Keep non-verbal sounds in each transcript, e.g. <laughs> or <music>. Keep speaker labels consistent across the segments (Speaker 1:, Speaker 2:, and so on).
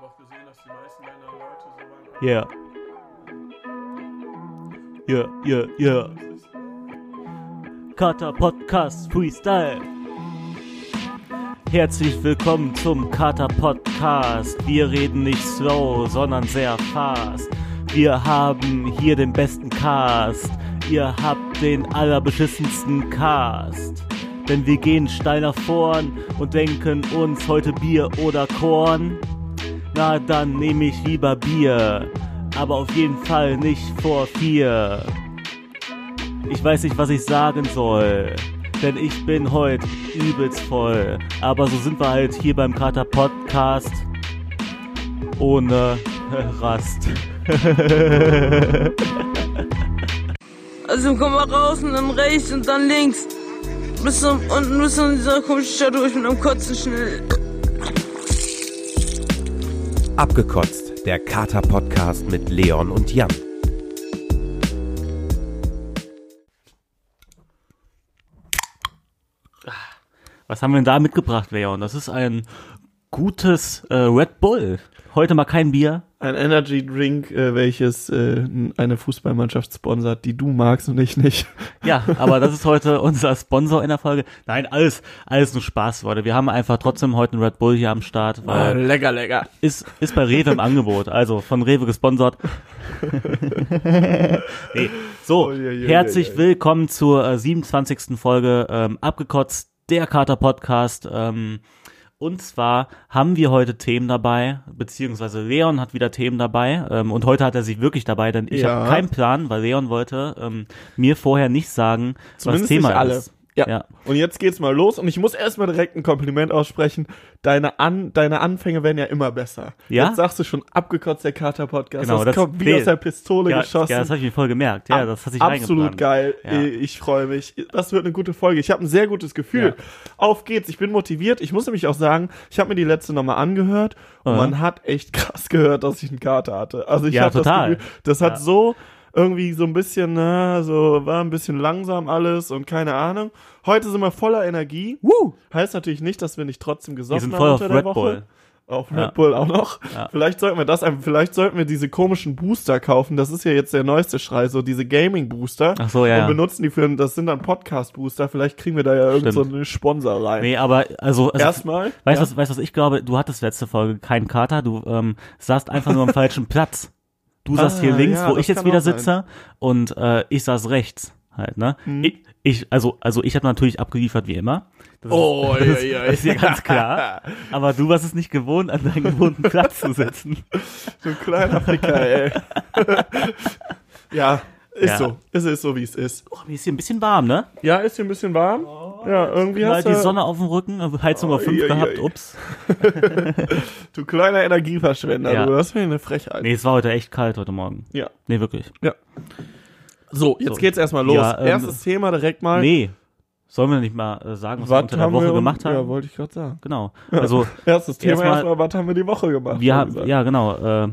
Speaker 1: auch gesehen, dass die meisten deiner Leute so waren.
Speaker 2: Yeah. Yeah, yeah, yeah. Kater Podcast Freestyle. Herzlich willkommen zum Kater Podcast. Wir reden nicht slow, sondern sehr fast. Wir haben hier den besten Cast. Ihr habt den allerbeschissensten Cast. Denn wir gehen steil nach vorn und denken uns heute Bier oder Korn. Na, dann nehme ich lieber Bier. Aber auf jeden Fall nicht vor vier. Ich weiß nicht, was ich sagen soll. Denn ich bin heute übelst voll. Aber so sind wir halt hier beim Kater Podcast. Ohne <laughs> Rast.
Speaker 3: Also komm mal raus und dann rechts und dann links. Bis zum, unten bis in dieser komischen Stadt durch mit einem Kotzen schnell.
Speaker 4: Abgekotzt, der Kater-Podcast mit Leon und Jan.
Speaker 2: Was haben wir denn da mitgebracht, Leon? Das ist ein gutes äh, Red Bull. Heute mal kein Bier.
Speaker 5: Ein Energy Drink, äh, welches äh, eine Fußballmannschaft sponsert, die du magst und ich nicht.
Speaker 2: Ja, aber das ist heute unser Sponsor in der Folge. Nein, alles, alles nur Spaß, Leute. Wir haben einfach trotzdem heute einen Red Bull hier am Start, weil
Speaker 5: Ah, lecker, lecker.
Speaker 2: ist, ist bei Rewe im Angebot. Also von
Speaker 5: <laughs>
Speaker 2: Rewe gesponsert. nee. So,
Speaker 5: Uiuiui.
Speaker 2: herzlich willkommen zur äh, 27. Folge ähm, Abgekotzt, der Kater Podcast. Ähm, und zwar haben wir heute Themen dabei, beziehungsweise Leon hat wieder Themen dabei. Ähm, und heute hat er sich wirklich dabei, denn ich
Speaker 5: Ja.
Speaker 2: habe keinen Plan, weil Leon wollte ähm, mir vorher nicht sagen, was
Speaker 5: Zumindest
Speaker 2: Thema
Speaker 5: nicht alle.
Speaker 2: ist.
Speaker 5: Ja.
Speaker 2: Ja.
Speaker 5: Und jetzt geht's mal los und ich muss erstmal direkt ein Kompliment aussprechen. Deine, An deine Anfänge werden ja immer besser.
Speaker 2: Ja?
Speaker 5: Jetzt sagst du schon abgekotzt der Kater-Podcast.
Speaker 2: Genau,
Speaker 5: das,
Speaker 2: das
Speaker 5: kommt wie
Speaker 2: zählt.
Speaker 5: aus der Pistole
Speaker 2: Ja,
Speaker 5: geschossen.
Speaker 2: ja, das habe ich mir voll gemerkt. Ja, das hat sich
Speaker 5: Absolut
Speaker 2: reingeplant.
Speaker 5: geil.
Speaker 2: Ja.
Speaker 5: Ich- Ich freue mich. Das wird eine gute Folge. Ich habe ein sehr gutes Gefühl. Auf geht's. Ich bin motiviert. Ich muss nämlich auch sagen, ich habe mir die letzte nochmal angehört und
Speaker 2: Ja.
Speaker 5: man hat echt <laughs> krass gehört, dass ich einen Kater hatte. Also ich
Speaker 2: Ja,
Speaker 5: hab habe das
Speaker 2: total.
Speaker 5: Gefühl, das hat
Speaker 2: Ja.
Speaker 5: so irgendwie so ein bisschen, na, so war ein bisschen langsam alles und keine Ahnung. Heute sind wir voller Energie. Heißt natürlich nicht, dass wir nicht trotzdem
Speaker 2: Wir
Speaker 5: gesoffen
Speaker 2: sind
Speaker 5: haben
Speaker 2: voll auf
Speaker 5: unter der
Speaker 2: Red
Speaker 5: Woche.
Speaker 2: Bull.
Speaker 5: Auf Red
Speaker 2: Ja.
Speaker 5: Bull auch noch.
Speaker 2: Ja.
Speaker 5: Vielleicht sollten wir das einfach, vielleicht sollten wir diese komischen Booster kaufen. Das ist ja jetzt der neueste Schrei, so diese Gaming-Booster.
Speaker 2: Ach so, ja, ja.
Speaker 5: Und benutzen die für, das sind dann Podcast-Booster. Vielleicht kriegen wir da ja irgend so
Speaker 2: Stimmt.
Speaker 5: einen Sponsor rein.
Speaker 2: Nee, aber also, also
Speaker 5: Erstmal.
Speaker 2: Weißt du,
Speaker 5: ja.
Speaker 2: was, weißt, du, was ich glaube? Du hattest letzte Folge keinen Kater, du ähm, saßt einfach
Speaker 5: <laughs>
Speaker 2: nur am falschen Platz. Du saßt
Speaker 5: Ah,
Speaker 2: hier links,
Speaker 5: ja,
Speaker 2: wo
Speaker 5: das
Speaker 2: ich jetzt
Speaker 5: kann
Speaker 2: wieder
Speaker 5: auch sein. Hm.
Speaker 2: sitze, und äh, ich saß rechts halt, ne? Ich, ich, also, also ich habe natürlich abgeliefert wie immer. Das
Speaker 5: Oh,
Speaker 2: ist, das
Speaker 5: ja, ja.
Speaker 2: ist dir ganz <laughs> klar. Aber du warst es nicht gewohnt, an deinen gewohnten Platz zu sitzen.
Speaker 5: <laughs> So ein kleiner Ficker, ey. <laughs> ja, ist
Speaker 2: Ja.
Speaker 5: so. Es ist so, wie es ist. Oh,
Speaker 2: Oh, mir ist hier ein bisschen warm, ne?
Speaker 5: Ja, ist hier ein bisschen warm. ja, irgendwie
Speaker 2: Mal
Speaker 5: hast du,
Speaker 2: die Sonne auf dem Rücken, äh, Heizung auf 5
Speaker 5: Ui, ui,
Speaker 2: gehabt,
Speaker 5: ui.
Speaker 2: ups.
Speaker 5: du kleiner Energieverschwender.
Speaker 2: Ja.
Speaker 5: Du, das finde ich eine Frechheit.
Speaker 2: Nee, es war heute echt kalt heute Morgen.
Speaker 5: Ja.
Speaker 2: Nee, wirklich.
Speaker 5: So, jetzt geht's erstmal los.
Speaker 2: Ja, ähm,
Speaker 5: Erstes Thema direkt mal.
Speaker 2: Nee. Sollen wir nicht mal äh, sagen, was, wir
Speaker 5: was
Speaker 2: unter der
Speaker 5: haben
Speaker 2: Woche
Speaker 5: wir
Speaker 2: gemacht haben?
Speaker 5: Ja, wollte ich gerade sagen.
Speaker 2: Genau.
Speaker 5: <laughs>
Speaker 2: Also
Speaker 5: Erstes Thema
Speaker 2: Erstmal-
Speaker 5: erstmal, was haben wir die Woche gemacht?
Speaker 2: wir
Speaker 5: Wie
Speaker 2: haben,
Speaker 5: gesagt.
Speaker 2: ja genau, äh,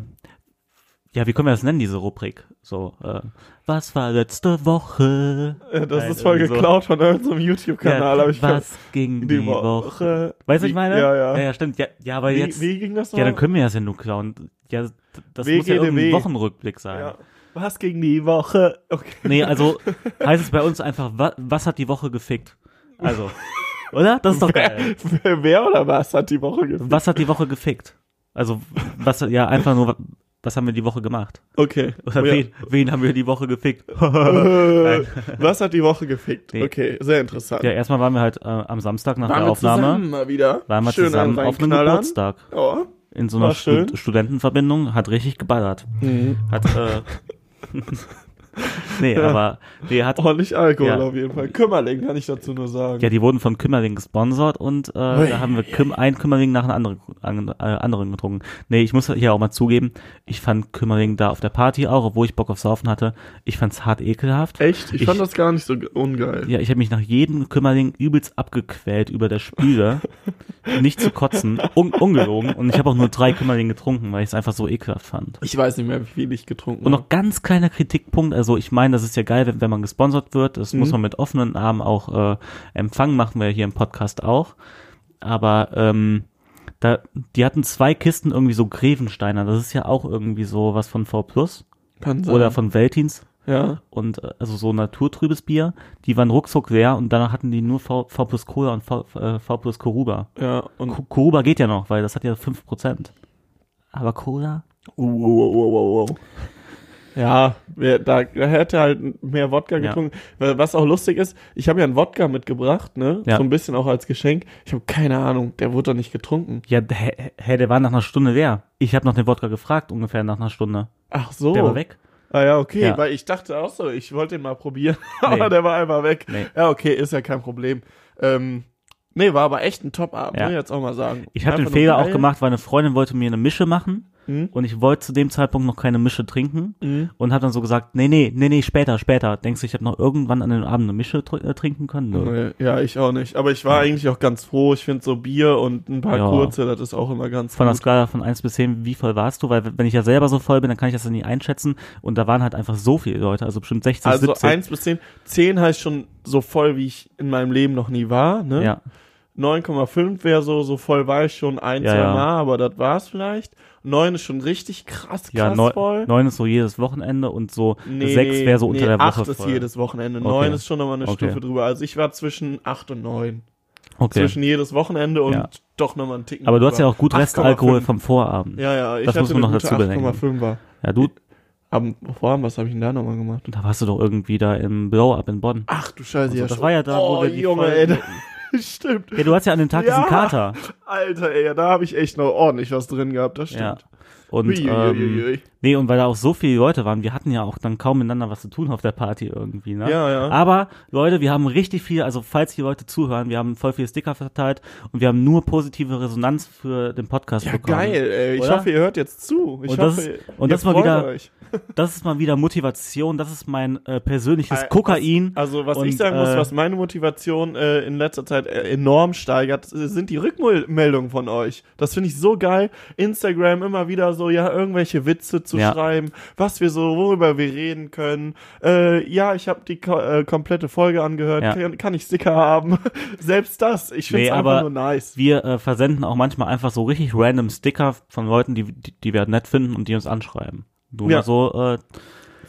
Speaker 2: ja, wie können wir das nennen, diese Rubrik? So, äh, was war letzte Woche?
Speaker 5: Äh, Das
Speaker 2: Nein,
Speaker 5: ist voll
Speaker 2: irgendwie so.
Speaker 5: geklaut von irgendeinem YouTube-Kanal,
Speaker 2: ja,
Speaker 5: aber ich
Speaker 2: was ging
Speaker 5: kann-
Speaker 2: die Woche? Weißt du, was ich meine?
Speaker 5: Ja, ja.
Speaker 2: ja. Ja, stimmt. Ja, ja aber
Speaker 5: wie,
Speaker 2: jetzt,
Speaker 5: wie ging das
Speaker 2: ja, dann
Speaker 5: nochmal?
Speaker 2: können wir das ja nur klauen. Ja, das muss ja
Speaker 5: WGDW.
Speaker 2: irgendein Wochenrückblick sein.
Speaker 5: Ja. Was ging die Woche? Okay. <laughs>
Speaker 2: Nee, also heißt es bei uns einfach, wa was hat die Woche gefickt? Also, oder? Das ist
Speaker 5: <laughs>
Speaker 2: doch geil.
Speaker 5: Wer, wer oder was hat die Woche gemacht?
Speaker 2: Was hat die Woche gefickt? Also, was, ja, einfach nur, wa- was haben wir die Woche gemacht?
Speaker 5: Okay.
Speaker 2: Oder
Speaker 5: Oh Ja. <laughs>
Speaker 2: wen, wen haben wir die Woche gefickt?
Speaker 5: Äh, was hat die Woche gefickt?
Speaker 2: Nee.
Speaker 5: Okay, sehr interessant.
Speaker 2: Ja, erstmal waren wir halt äh, am Samstag nach
Speaker 5: Waren
Speaker 2: der
Speaker 5: wir
Speaker 2: Aufnahme,
Speaker 5: zusammen mal wieder?
Speaker 2: waren wir
Speaker 5: Schön Oh, einen
Speaker 2: zusammen auf einem
Speaker 5: reinknallern?
Speaker 2: Geburtstag
Speaker 5: Ja.
Speaker 2: in so einer
Speaker 5: War
Speaker 2: Stud-
Speaker 5: schön. Mhm.
Speaker 2: Studentenverbindung, hat richtig geballert. Hat, äh, <laughs> nee,
Speaker 5: Ja. Oh,
Speaker 2: aber, nee, hat,
Speaker 5: Ordentlich Alkohol
Speaker 2: Ja.
Speaker 5: auf jeden Fall. Kümmerling kann ich dazu nur sagen.
Speaker 2: ja, die wurden von Kümmerling gesponsert und äh, da haben wir Küm einen Kümmerling nach einem anderen, an, äh, anderen getrunken. Nee, ich muss hier auch mal zugeben, ich fand Kümmerling da auf der Party auch, obwohl ich Bock auf Saufen hatte, ich fand's hart ekelhaft.
Speaker 5: Echt? Ich,
Speaker 2: Ich-
Speaker 5: fand das gar nicht so ge- ungeil.
Speaker 2: Ja, ich habe mich nach jedem Kümmerling übelst abgequält über der Spüle. <laughs> nicht zu kotzen, un ungelogen. Und ich habe auch nur drei Kümmerling getrunken, weil ich es einfach so ekelhaft fand.
Speaker 5: Ich weiß nicht mehr, wie viel ich getrunken
Speaker 2: Und
Speaker 5: habe.
Speaker 2: noch ganz kleiner Kritikpunkt, also ich meine, das ist ja geil, wenn, wenn man gesponsert wird, das muss man mit offenen Armen auch äh, empfangen, machen wir hier im Podcast auch. Aber ähm, Da, die hatten zwei Kisten irgendwie so Grevensteiner. Das ist ja auch irgendwie so was von V Plus
Speaker 5: Kann sein.
Speaker 2: oder von Veltins
Speaker 5: ja.
Speaker 2: und äh, also so naturtrübes Bier. Die waren ruckzuck leer und danach hatten die nur V, v plus Cola und V, äh, v plus Koruba.
Speaker 5: Ja, und
Speaker 2: Ko- Koruba geht ja noch, weil das hat ja 5%. Aber Cola?
Speaker 5: Oh, oh, oh, oh, oh, oh. Ja, wer- da, da hätte halt mehr Wodka
Speaker 2: Ja.
Speaker 5: getrunken. Weil Was auch lustig ist, ich habe ja einen Wodka mitgebracht, ne?
Speaker 2: Ja.
Speaker 5: So ein bisschen auch als Geschenk. Ich habe keine Ahnung, der wurde doch nicht getrunken.
Speaker 2: Ja, hä, hä, der war nach einer Stunde leer. Ich habe nach dem Wodka gefragt, ungefähr nach einer Stunde.
Speaker 5: Ach so.
Speaker 2: Der war weg.
Speaker 5: Ah ja, okay,
Speaker 2: Ja.
Speaker 5: weil ich dachte auch so, ich wollte ihn mal probieren, <laughs>
Speaker 2: Nee.
Speaker 5: aber der war einfach weg.
Speaker 2: Nee.
Speaker 5: Ja, okay, ist ja kein Problem. Ähm, nee, war aber echt ein Top-Abend,
Speaker 2: Ja.
Speaker 5: muss ich jetzt auch mal sagen.
Speaker 2: Ich habe den
Speaker 5: Einfach nur
Speaker 2: Fehler auch
Speaker 5: geil.
Speaker 2: gemacht, weil eine Freundin wollte mir eine Mische machen
Speaker 5: Mhm.
Speaker 2: und ich wollte zu dem Zeitpunkt noch keine Mische trinken
Speaker 5: Mhm.
Speaker 2: und habe dann so gesagt, nee, nee, nee, nee, später, später. Denkst du, ich habe noch irgendwann an den Abend eine Mische tr äh, trinken können? Nö.
Speaker 5: Nee, Ja, ich auch nicht. Aber ich war eigentlich auch ganz froh. Ich finde so Bier und ein paar
Speaker 2: Ja.
Speaker 5: kurze, das ist auch immer ganz
Speaker 2: Von der
Speaker 5: gut.
Speaker 2: Skala von 1 bis 10, wie voll warst du? Weil w- wenn ich ja selber so voll bin, dann kann ich das ja nie einschätzen und da waren halt einfach so viele Leute, also bestimmt 60,
Speaker 5: Also
Speaker 2: 70.
Speaker 5: 1 bis 10. 10 heißt schon so voll, wie ich in meinem Leben noch nie war. Ne?
Speaker 2: ja,
Speaker 5: 9,5 wäre so, so voll war ich schon ein,
Speaker 2: Ja,
Speaker 5: zwei
Speaker 2: ja.
Speaker 5: Mal, aber das war's vielleicht. 9 ist schon richtig krass, krass
Speaker 2: ja neun,
Speaker 5: voll.
Speaker 2: neun ist so jedes Wochenende und so sechs wäre so unter der Woche
Speaker 5: 8 ist
Speaker 2: voll.
Speaker 5: jedes Wochenende.
Speaker 2: Okay.
Speaker 5: 9 ist schon nochmal eine
Speaker 2: Okay.
Speaker 5: Stufe drüber. Also ich war zwischen 8 und 9.
Speaker 2: okay.
Speaker 5: Zwischen jedes Wochenende und
Speaker 2: Ja.
Speaker 5: doch nochmal einen Ticken.
Speaker 2: Aber du hast ja auch gut
Speaker 5: 8,5.
Speaker 2: Restalkohol vom Vorabend. Ja,
Speaker 5: Ja, ja, ich
Speaker 2: Das muss
Speaker 5: hatte
Speaker 2: man
Speaker 5: eine
Speaker 2: noch
Speaker 5: gute
Speaker 2: dazu bedenken.
Speaker 5: 8,5er.
Speaker 2: du,
Speaker 5: Am Vorabend, was habe ich denn da nochmal gemacht?
Speaker 2: da warst du doch irgendwie da im Blow-Up in Bonn.
Speaker 5: Ach du Scheiße,
Speaker 2: Also,
Speaker 5: ja
Speaker 2: das
Speaker 5: schon.
Speaker 2: war ja da, wo
Speaker 5: oh,
Speaker 2: wir die
Speaker 5: Junge, ey,
Speaker 2: Folgen-
Speaker 5: da, <laughs> stimmt.
Speaker 2: Ja, du hast ja an dem Tag
Speaker 5: Ja.
Speaker 2: diesen Kater.
Speaker 5: Alter, ey, ja, da habe ich echt noch ordentlich was drin gehabt, das
Speaker 2: Ja.
Speaker 5: stimmt.
Speaker 2: Und, ähm,
Speaker 5: Uiuiuiui.
Speaker 2: nee, und weil da auch so viele Leute waren, wir hatten ja auch dann kaum miteinander was zu tun auf der Party irgendwie, ne?
Speaker 5: Ja, ja.
Speaker 2: Aber, Leute, wir haben richtig viel, also falls die Leute zuhören, wir haben voll viele Sticker verteilt und wir haben nur positive Resonanz für den Podcast
Speaker 5: ja,
Speaker 2: bekommen.
Speaker 5: geil, ey. Ich
Speaker 2: Oder?
Speaker 5: hoffe, ihr hört jetzt zu. Ich
Speaker 2: Und das
Speaker 5: hoffe,
Speaker 2: ist- und
Speaker 5: ihr
Speaker 2: das mal
Speaker 5: freut
Speaker 2: wieder-
Speaker 5: euch.
Speaker 2: Das ist mal wieder Motivation, das ist mein äh, persönliches
Speaker 5: Äh,
Speaker 2: Kokain.
Speaker 5: Was, also, was
Speaker 2: Und,
Speaker 5: ich sagen muss,
Speaker 2: äh,
Speaker 5: was meine Motivation äh, in letzter Zeit äh, enorm steigert, äh, sind die Rückmeldungen von euch. Das finde ich so geil. Instagram immer wieder so, ja, irgendwelche Witze zu
Speaker 2: Ja.
Speaker 5: schreiben, was wir so, worüber wir reden können. Äh, ja, ich habe die ko äh, komplette Folge angehört.
Speaker 2: Ja.
Speaker 5: Kann, kann ich Sticker haben? <laughs> Selbst das. Ich finde es
Speaker 2: Nee,
Speaker 5: einfach
Speaker 2: aber
Speaker 5: nur nice.
Speaker 2: Wir äh, versenden auch manchmal einfach so richtig random Sticker von Leuten, die, die, die wir halt nett finden und die uns anschreiben. Nur
Speaker 5: Ja.
Speaker 2: mal so äh,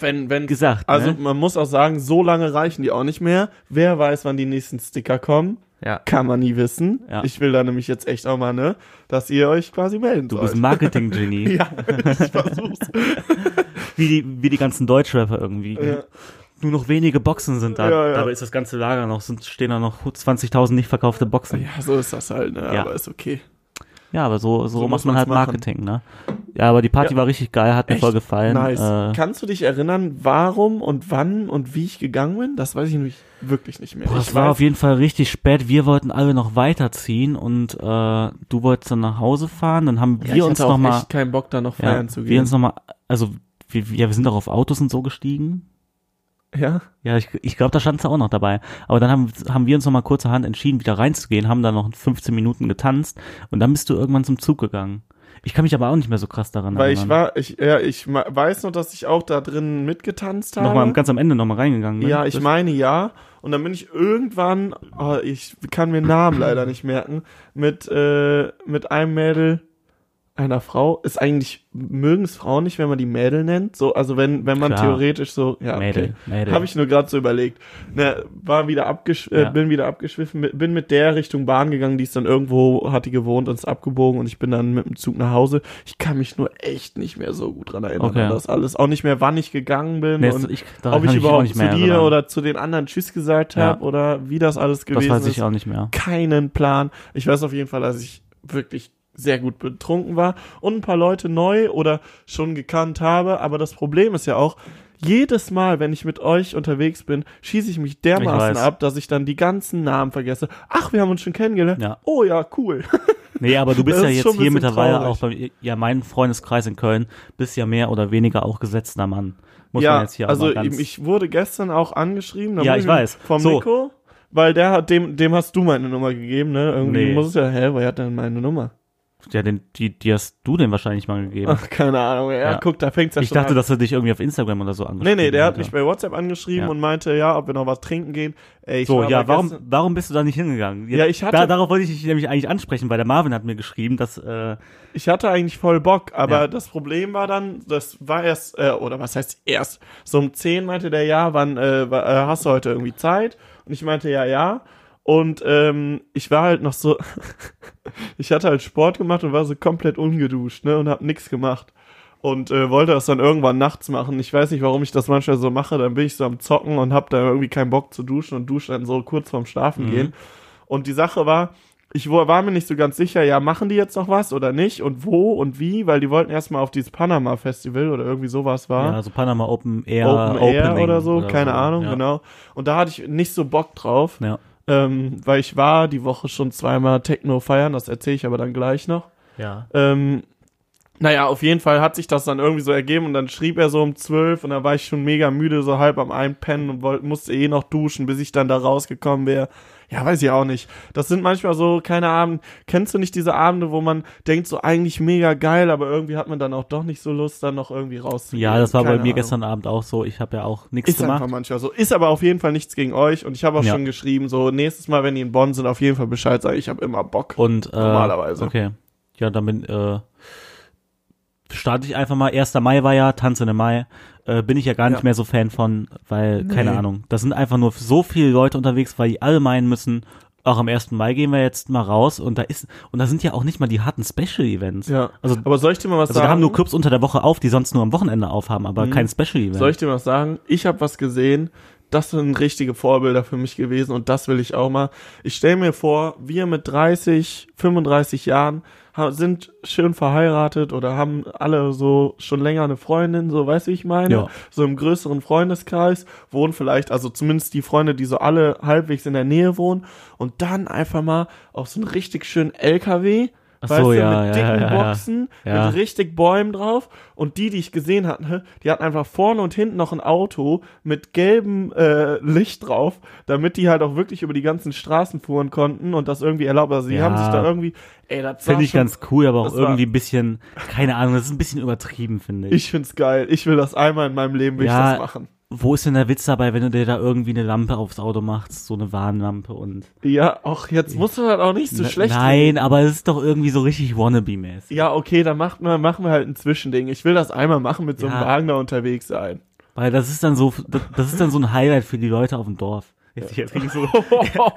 Speaker 5: Wenn, wenn,
Speaker 2: gesagt.
Speaker 5: also
Speaker 2: ne?
Speaker 5: man muss auch sagen, so lange reichen die auch nicht mehr. Wer weiß, wann die nächsten Sticker kommen?
Speaker 2: Ja.
Speaker 5: Kann man nie wissen.
Speaker 2: Ja.
Speaker 5: Ich will da nämlich jetzt echt auch mal, ne, dass ihr euch quasi melden
Speaker 2: du
Speaker 5: sollt.
Speaker 2: bist Marketing-Genie.
Speaker 5: <laughs> ja, ich versuch's.
Speaker 2: wie, die, wie die ganzen Deutschrapper irgendwie.
Speaker 5: Ja.
Speaker 2: Nur noch wenige Boxen sind da.
Speaker 5: Ja, ja.
Speaker 2: Dabei ist das ganze Lager noch, sind, stehen da noch 20.000 nicht verkaufte Boxen. Ja,
Speaker 5: ja, so ist das halt, ne,
Speaker 2: Ja.
Speaker 5: aber ist okay.
Speaker 2: aber so, so,
Speaker 5: So
Speaker 2: macht
Speaker 5: muss
Speaker 2: man halt
Speaker 5: man's machen.
Speaker 2: Marketing, ne? Ja, aber die Party
Speaker 5: Ja.
Speaker 2: war richtig geil, hat mir
Speaker 5: Echt
Speaker 2: voll gefallen.
Speaker 5: nice.
Speaker 2: Äh,
Speaker 5: Kannst du dich erinnern, warum und wann und wie ich gegangen bin? Das weiß ich nämlich wirklich nicht mehr.
Speaker 2: Boah,
Speaker 5: ich
Speaker 2: es war
Speaker 5: weiß-
Speaker 2: auf jeden Fall richtig spät. Wir wollten alle noch weiterziehen und äh, du wolltest dann nach Hause fahren. Dann haben
Speaker 5: ja,
Speaker 2: wir
Speaker 5: ich
Speaker 2: uns
Speaker 5: hatte auch
Speaker 2: nochmal
Speaker 5: echt keinen Bock, da noch feiern zu
Speaker 2: Wir
Speaker 5: gehen.
Speaker 2: uns nochmal, also wir, wir- ja, wir sind auch auf Autos und so gestiegen.
Speaker 5: ja?
Speaker 2: Ja, ich, ich glaube, da standst du auch noch dabei. Aber dann haben, haben wir uns nochmal kurzerhand entschieden, wieder reinzugehen, haben dann noch 15 Minuten getanzt und dann bist du irgendwann zum Zug gegangen. Ich kann mich aber auch nicht mehr so krass daran
Speaker 5: Weil ich
Speaker 2: erinnern.
Speaker 5: war, ich, ja, ich ma- weiß nur, dass ich auch da drin mitgetanzt habe.
Speaker 2: nochmal am- ganz am Ende nochmal reingegangen. ne?
Speaker 5: Ja, ich
Speaker 2: Das-
Speaker 5: meine ja. Und dann bin ich irgendwann, oh, ich kann mir Namen leider nicht merken, mit, äh, mit einem Mädel, einer Frau. Ist eigentlich, mögen es Frauen nicht, wenn man die Mädel nennt? So, also wenn, wenn man
Speaker 2: Klar.
Speaker 5: theoretisch so, ja,
Speaker 2: Mädel,
Speaker 5: okay.
Speaker 2: Mädel.
Speaker 5: Habe ich nur gerade so überlegt. Ne, war wieder abgesch
Speaker 2: Ja.
Speaker 5: äh, bin wieder abgeschwiffen, mit- bin mit der Richtung Bahn gegangen, die ist dann irgendwo, hat die gewohnt und ist abgebogen und ich bin dann mit dem Zug nach Hause. Ich kann mich nur echt nicht mehr so gut dran erinnern
Speaker 2: Okay.
Speaker 5: an das alles. Auch nicht mehr, wann ich gegangen bin
Speaker 2: Nee,
Speaker 5: und
Speaker 2: das- ich- daran
Speaker 5: ob
Speaker 2: kann
Speaker 5: ich
Speaker 2: mich auch
Speaker 5: überhaupt
Speaker 2: nicht mehr
Speaker 5: zu dir
Speaker 2: erinnern.
Speaker 5: oder zu den anderen Tschüss gesagt
Speaker 2: Ja.
Speaker 5: habe oder wie das alles
Speaker 2: Das
Speaker 5: gewesen
Speaker 2: weiß ich
Speaker 5: ist.
Speaker 2: auch nicht mehr.
Speaker 5: Keinen Plan. Ich weiß auf jeden Fall, dass ich wirklich sehr gut betrunken war und ein paar Leute neu oder schon gekannt habe. Aber das Problem ist ja auch, jedes Mal, wenn ich mit euch unterwegs bin, schieße ich mich dermaßen
Speaker 2: Ich weiß.
Speaker 5: ab, dass ich dann die ganzen Namen vergesse. Ach, wir haben uns schon kennengelernt.
Speaker 2: Ja.
Speaker 5: Oh ja, cool.
Speaker 2: Nee, aber du bist
Speaker 5: Das
Speaker 2: ja
Speaker 5: ist schon
Speaker 2: jetzt
Speaker 5: ein
Speaker 2: hier
Speaker 5: bisschen
Speaker 2: mittlerweile
Speaker 5: traurig.
Speaker 2: auch bei ja, meinem Freundeskreis in Köln, bist ja mehr oder weniger auch gesetzter Mann. Muss man
Speaker 5: ja,
Speaker 2: jetzt hier auch
Speaker 5: also
Speaker 2: mal ganz,
Speaker 5: ich wurde gestern auch angeschrieben. da
Speaker 2: Ja,
Speaker 5: muss
Speaker 2: ich weiß.
Speaker 5: Vom
Speaker 2: So.
Speaker 5: Nico, weil der hat, dem, dem hast du meine Nummer gegeben, ne? Irgendwie
Speaker 2: Nee.
Speaker 5: muss es ja, hä, wer hat denn meine Nummer?
Speaker 2: Ja, den, die, die hast du denn wahrscheinlich mal gegeben.
Speaker 5: Ach, <laughs> keine Ahnung. Ja,
Speaker 2: Ja.
Speaker 5: guck, da fängt's ja
Speaker 2: ich
Speaker 5: schon
Speaker 2: dachte,
Speaker 5: an.
Speaker 2: dass er dich irgendwie auf Instagram oder so
Speaker 5: Nee,
Speaker 2: angeschrieben
Speaker 5: nee, der hat
Speaker 2: hätte.
Speaker 5: mich bei WhatsApp angeschrieben
Speaker 2: Ja.
Speaker 5: und meinte, ja, ob wir noch was trinken gehen. Ey, ich
Speaker 2: So,
Speaker 5: war
Speaker 2: ja,
Speaker 5: aber
Speaker 2: warum,
Speaker 5: gestern-
Speaker 2: warum bist du da nicht hingegangen?
Speaker 5: Ja, ich hatte-
Speaker 2: da, darauf wollte ich dich nämlich eigentlich ansprechen, weil der Marvin hat mir geschrieben, dass äh,
Speaker 5: Ich hatte eigentlich voll Bock, aber
Speaker 2: Ja.
Speaker 5: das Problem war dann, das war erst, äh, oder was heißt erst, so um 10 meinte der, ja, wann äh, wa- äh, hast du heute irgendwie Zeit? Und ich meinte, ja, ja. Und ähm, ich war halt noch so, <laughs> ich hatte halt Sport gemacht und war so komplett ungeduscht, ne, und hab nix gemacht. Und äh, wollte das dann irgendwann nachts machen. Ich weiß nicht, warum ich das manchmal so mache. Dann bin ich so am Zocken und hab da irgendwie keinen Bock zu duschen und dusche dann so kurz vorm
Speaker 2: Mhm.
Speaker 5: Schlafen gehen. Und die Sache war, ich wo- war mir nicht so ganz sicher, ja, machen die jetzt noch was oder nicht und wo und wie, weil die wollten erstmal auf dieses Panama-Festival oder irgendwie sowas war.
Speaker 2: ja, so Panama Open Air,
Speaker 5: Open Air
Speaker 2: Opening
Speaker 5: oder so, keine Ahnung,
Speaker 2: ja.
Speaker 5: genau. Und da hatte ich nicht so Bock drauf,
Speaker 2: Ja.
Speaker 5: ähm, weil ich war die Woche schon zweimal Techno feiern, das erzähle ich aber dann gleich noch.
Speaker 2: ja.
Speaker 5: Ähm, naja, auf jeden Fall hat sich das dann irgendwie so ergeben und dann schrieb er so um zwölf und dann war ich schon mega müde, so halb am Einpennen und wollte, musste eh noch duschen, bis ich dann da rausgekommen wäre. Ja, weiß ich auch nicht. Das sind manchmal so, keine Abend, kennst du nicht diese Abende, wo man denkt, so eigentlich mega geil, aber irgendwie hat man dann auch doch nicht so Lust, dann noch irgendwie rauszugehen.
Speaker 2: Ja, das war
Speaker 5: Keine
Speaker 2: bei mir
Speaker 5: Ahnung.
Speaker 2: gestern Abend auch so. Ich habe ja auch nichts
Speaker 5: Ist einfach
Speaker 2: gemacht.
Speaker 5: manchmal so. Ist aber auf jeden Fall nichts gegen euch und ich habe auch
Speaker 2: Ja.
Speaker 5: schon geschrieben, so nächstes Mal, wenn die in Bonn sind, auf jeden Fall Bescheid sagen, ich habe immer Bock.
Speaker 2: Und, äh,
Speaker 5: Normalerweise.
Speaker 2: Okay. Ja, dann bin, äh, starte ich einfach mal. 1. Mai war ja, Tanz in den Mai. Äh, bin ich ja gar nicht
Speaker 5: Ja.
Speaker 2: mehr so Fan von, weil, keine
Speaker 5: Nee.
Speaker 2: Ahnung. Da sind einfach nur so viele Leute unterwegs, weil die alle meinen müssen, auch am 1. Mai gehen wir jetzt mal raus und da ist, und da sind ja auch nicht mal die harten Special-Events.
Speaker 5: ja.
Speaker 2: Also,
Speaker 5: aber soll ich dir mal was
Speaker 2: also
Speaker 5: sagen?
Speaker 2: da haben nur Clubs unter der Woche auf, die sonst nur am Wochenende aufhaben, aber kein Special-Event.
Speaker 5: Mhm. Soll ich dir was sagen? Ich habe was gesehen. Das sind richtige Vorbilder für mich gewesen und das will ich auch mal. Ich stelle mir vor, wir mit 30, 35 Jahren ha- sind schön verheiratet oder haben alle so schon länger eine Freundin, so weißt du, wie ich meine?
Speaker 2: Ja.
Speaker 5: So im größeren Freundeskreis wohnen vielleicht, also zumindest die Freunde, die so alle halbwegs in der Nähe wohnen und dann einfach mal auf so einen richtig schönen LKW,
Speaker 2: Ach
Speaker 5: weißt
Speaker 2: so,
Speaker 5: du,
Speaker 2: ja,
Speaker 5: mit
Speaker 2: ja,
Speaker 5: dicken
Speaker 2: ja, ja.
Speaker 5: Boxen,
Speaker 2: Ja.
Speaker 5: mit richtig Bäumen drauf und die, die ich gesehen hatte, die hatten einfach vorne und hinten noch ein Auto mit gelbem äh, Licht drauf, damit die halt auch wirklich über die ganzen Straßen fuhren konnten und das irgendwie erlaubt. Also die
Speaker 2: Ja.
Speaker 5: haben sich da irgendwie, ey, das sah
Speaker 2: Finde ich
Speaker 5: schon-
Speaker 2: ganz cool, aber auch
Speaker 5: das war-
Speaker 2: irgendwie ein bisschen, keine Ahnung, das ist ein bisschen übertrieben, finde ich.
Speaker 5: Ich find's geil. Ich will das einmal in meinem Leben, will
Speaker 2: Ja.
Speaker 5: ich das machen.
Speaker 2: Wo ist denn der Witz dabei, wenn du dir da irgendwie eine Lampe aufs Auto machst, so eine Warnlampe und.
Speaker 5: Ja, auch jetzt musst du halt auch nicht so
Speaker 2: Na-
Speaker 5: schlecht
Speaker 2: Nein, aber es ist doch irgendwie so richtig wannabe-mäßig.
Speaker 5: Ja, okay, dann macht man, machen wir halt ein Zwischending. Ich will das einmal machen, mit so einem
Speaker 2: Ja.
Speaker 5: Wagen da unterwegs sein.
Speaker 2: Weil das ist dann so, das, das ist dann so ein Highlight für die Leute auf dem Dorf.
Speaker 5: <laughs>
Speaker 2: Jetzt, jetzt bin ich so, <laughs>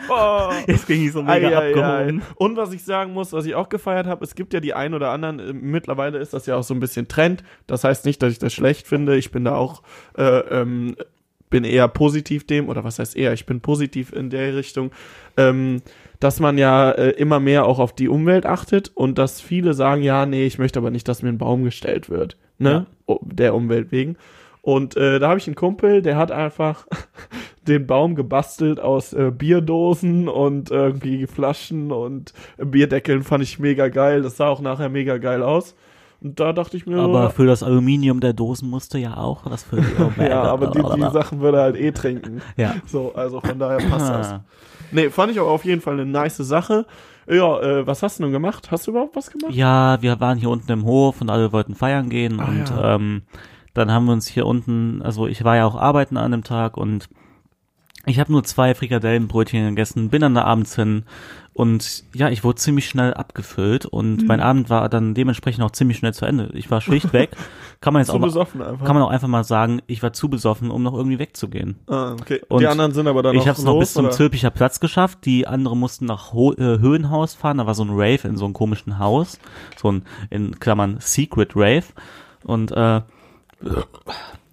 Speaker 2: jetzt bin ich so mega
Speaker 5: Ei, ei,
Speaker 2: abgehoben.
Speaker 5: ei. Und was ich sagen muss, was ich auch gefeiert habe, es gibt ja die ein oder anderen, äh, mittlerweile ist das ja auch so ein bisschen Trend. Das heißt nicht, dass ich das schlecht finde. Ich bin da auch, äh, ähm, bin eher positiv dem, oder was heißt eher, ich bin positiv in der Richtung, ähm, dass man ja äh, immer mehr auch auf die Umwelt achtet und dass viele sagen, ja, nee, ich möchte aber nicht, dass mir ein Baum gestellt wird, ne? O- Der Umwelt wegen. Und äh, da habe ich einen Kumpel, der hat einfach <laughs> den Baum gebastelt aus äh, Bierdosen und äh, irgendwie Flaschen und äh, Bierdeckeln fand ich mega geil. Das sah auch nachher mega geil aus. Und da dachte ich mir,
Speaker 2: Aber
Speaker 5: so,
Speaker 2: für das Aluminium der Dosen musste ja auch was für
Speaker 5: <laughs>
Speaker 2: die Umwelt.
Speaker 5: ja, aber die,
Speaker 2: <laughs>
Speaker 5: die Sachen würde er halt eh trinken.
Speaker 2: Ja. Ah.
Speaker 5: So, also von daher
Speaker 2: <clears throat>
Speaker 5: passt das. Nee, fand ich aber auf jeden Fall eine nice Sache. Ja, äh, was hast du denn gemacht? Hast du überhaupt was gemacht?
Speaker 2: Ja, wir waren hier unten im Hof und alle wollten feiern gehen
Speaker 5: Ah,
Speaker 2: und
Speaker 5: ja.
Speaker 2: ähm, dann haben wir uns hier unten, also ich war ja auch arbeiten an dem Tag und ich habe nur zwei Frikadellenbrötchen gegessen, bin dann da abends hin und ja, ich wurde ziemlich schnell abgefüllt und
Speaker 5: Mhm.
Speaker 2: mein Abend war dann dementsprechend auch ziemlich schnell zu Ende. Ich war schlicht
Speaker 5: <laughs>
Speaker 2: weg. Kann man jetzt
Speaker 5: Zu
Speaker 2: auch mal,
Speaker 5: besoffen einfach.
Speaker 2: kann man auch einfach mal sagen, ich war zu besoffen, um noch irgendwie wegzugehen.
Speaker 5: ah, okay.
Speaker 2: Und
Speaker 5: die anderen sind aber dann
Speaker 2: Ich habe es noch
Speaker 5: los,
Speaker 2: bis zum
Speaker 5: oder?
Speaker 2: Zülpicher Platz geschafft. Die anderen mussten nach Ho äh, Höhenhaus fahren. Da war so ein Rave in so einem komischen Haus. So ein, in Klammern, Secret Rave. Und, äh,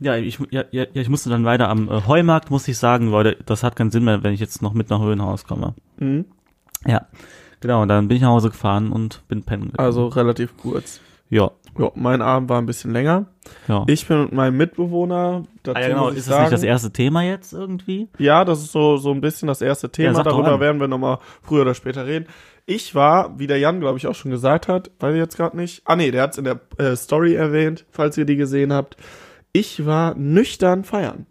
Speaker 2: ja, ich, ja, ja, ja, ich musste dann weiter am äh, Heumarkt, muss ich sagen, Leute, das hat keinen Sinn mehr, wenn ich jetzt noch mit nach Höhenhaus komme.
Speaker 5: Mhm.
Speaker 2: Ja, genau, und dann bin ich nach Hause gefahren und bin pennen gegangen.
Speaker 5: Also relativ kurz.
Speaker 2: ja,
Speaker 5: Ja, mein Abend war ein bisschen länger.
Speaker 2: ja.
Speaker 5: Ich bin mit meinem Mitbewohner. Dazu
Speaker 2: ah, ja, genau,
Speaker 5: muss ich
Speaker 2: ist das
Speaker 5: sagen,
Speaker 2: nicht das erste Thema jetzt irgendwie?
Speaker 5: Ja, das ist so, so ein bisschen das erste Thema.
Speaker 2: sag doch
Speaker 5: Darüber
Speaker 2: an.
Speaker 5: werden wir nochmal früher oder später reden. Ich war, wie der Jan, glaube ich, auch schon gesagt hat, weiß ich jetzt gerade nicht. Ah, nee, der hat es in der äh, Story erwähnt, falls ihr die gesehen habt. Ich war nüchtern feiern.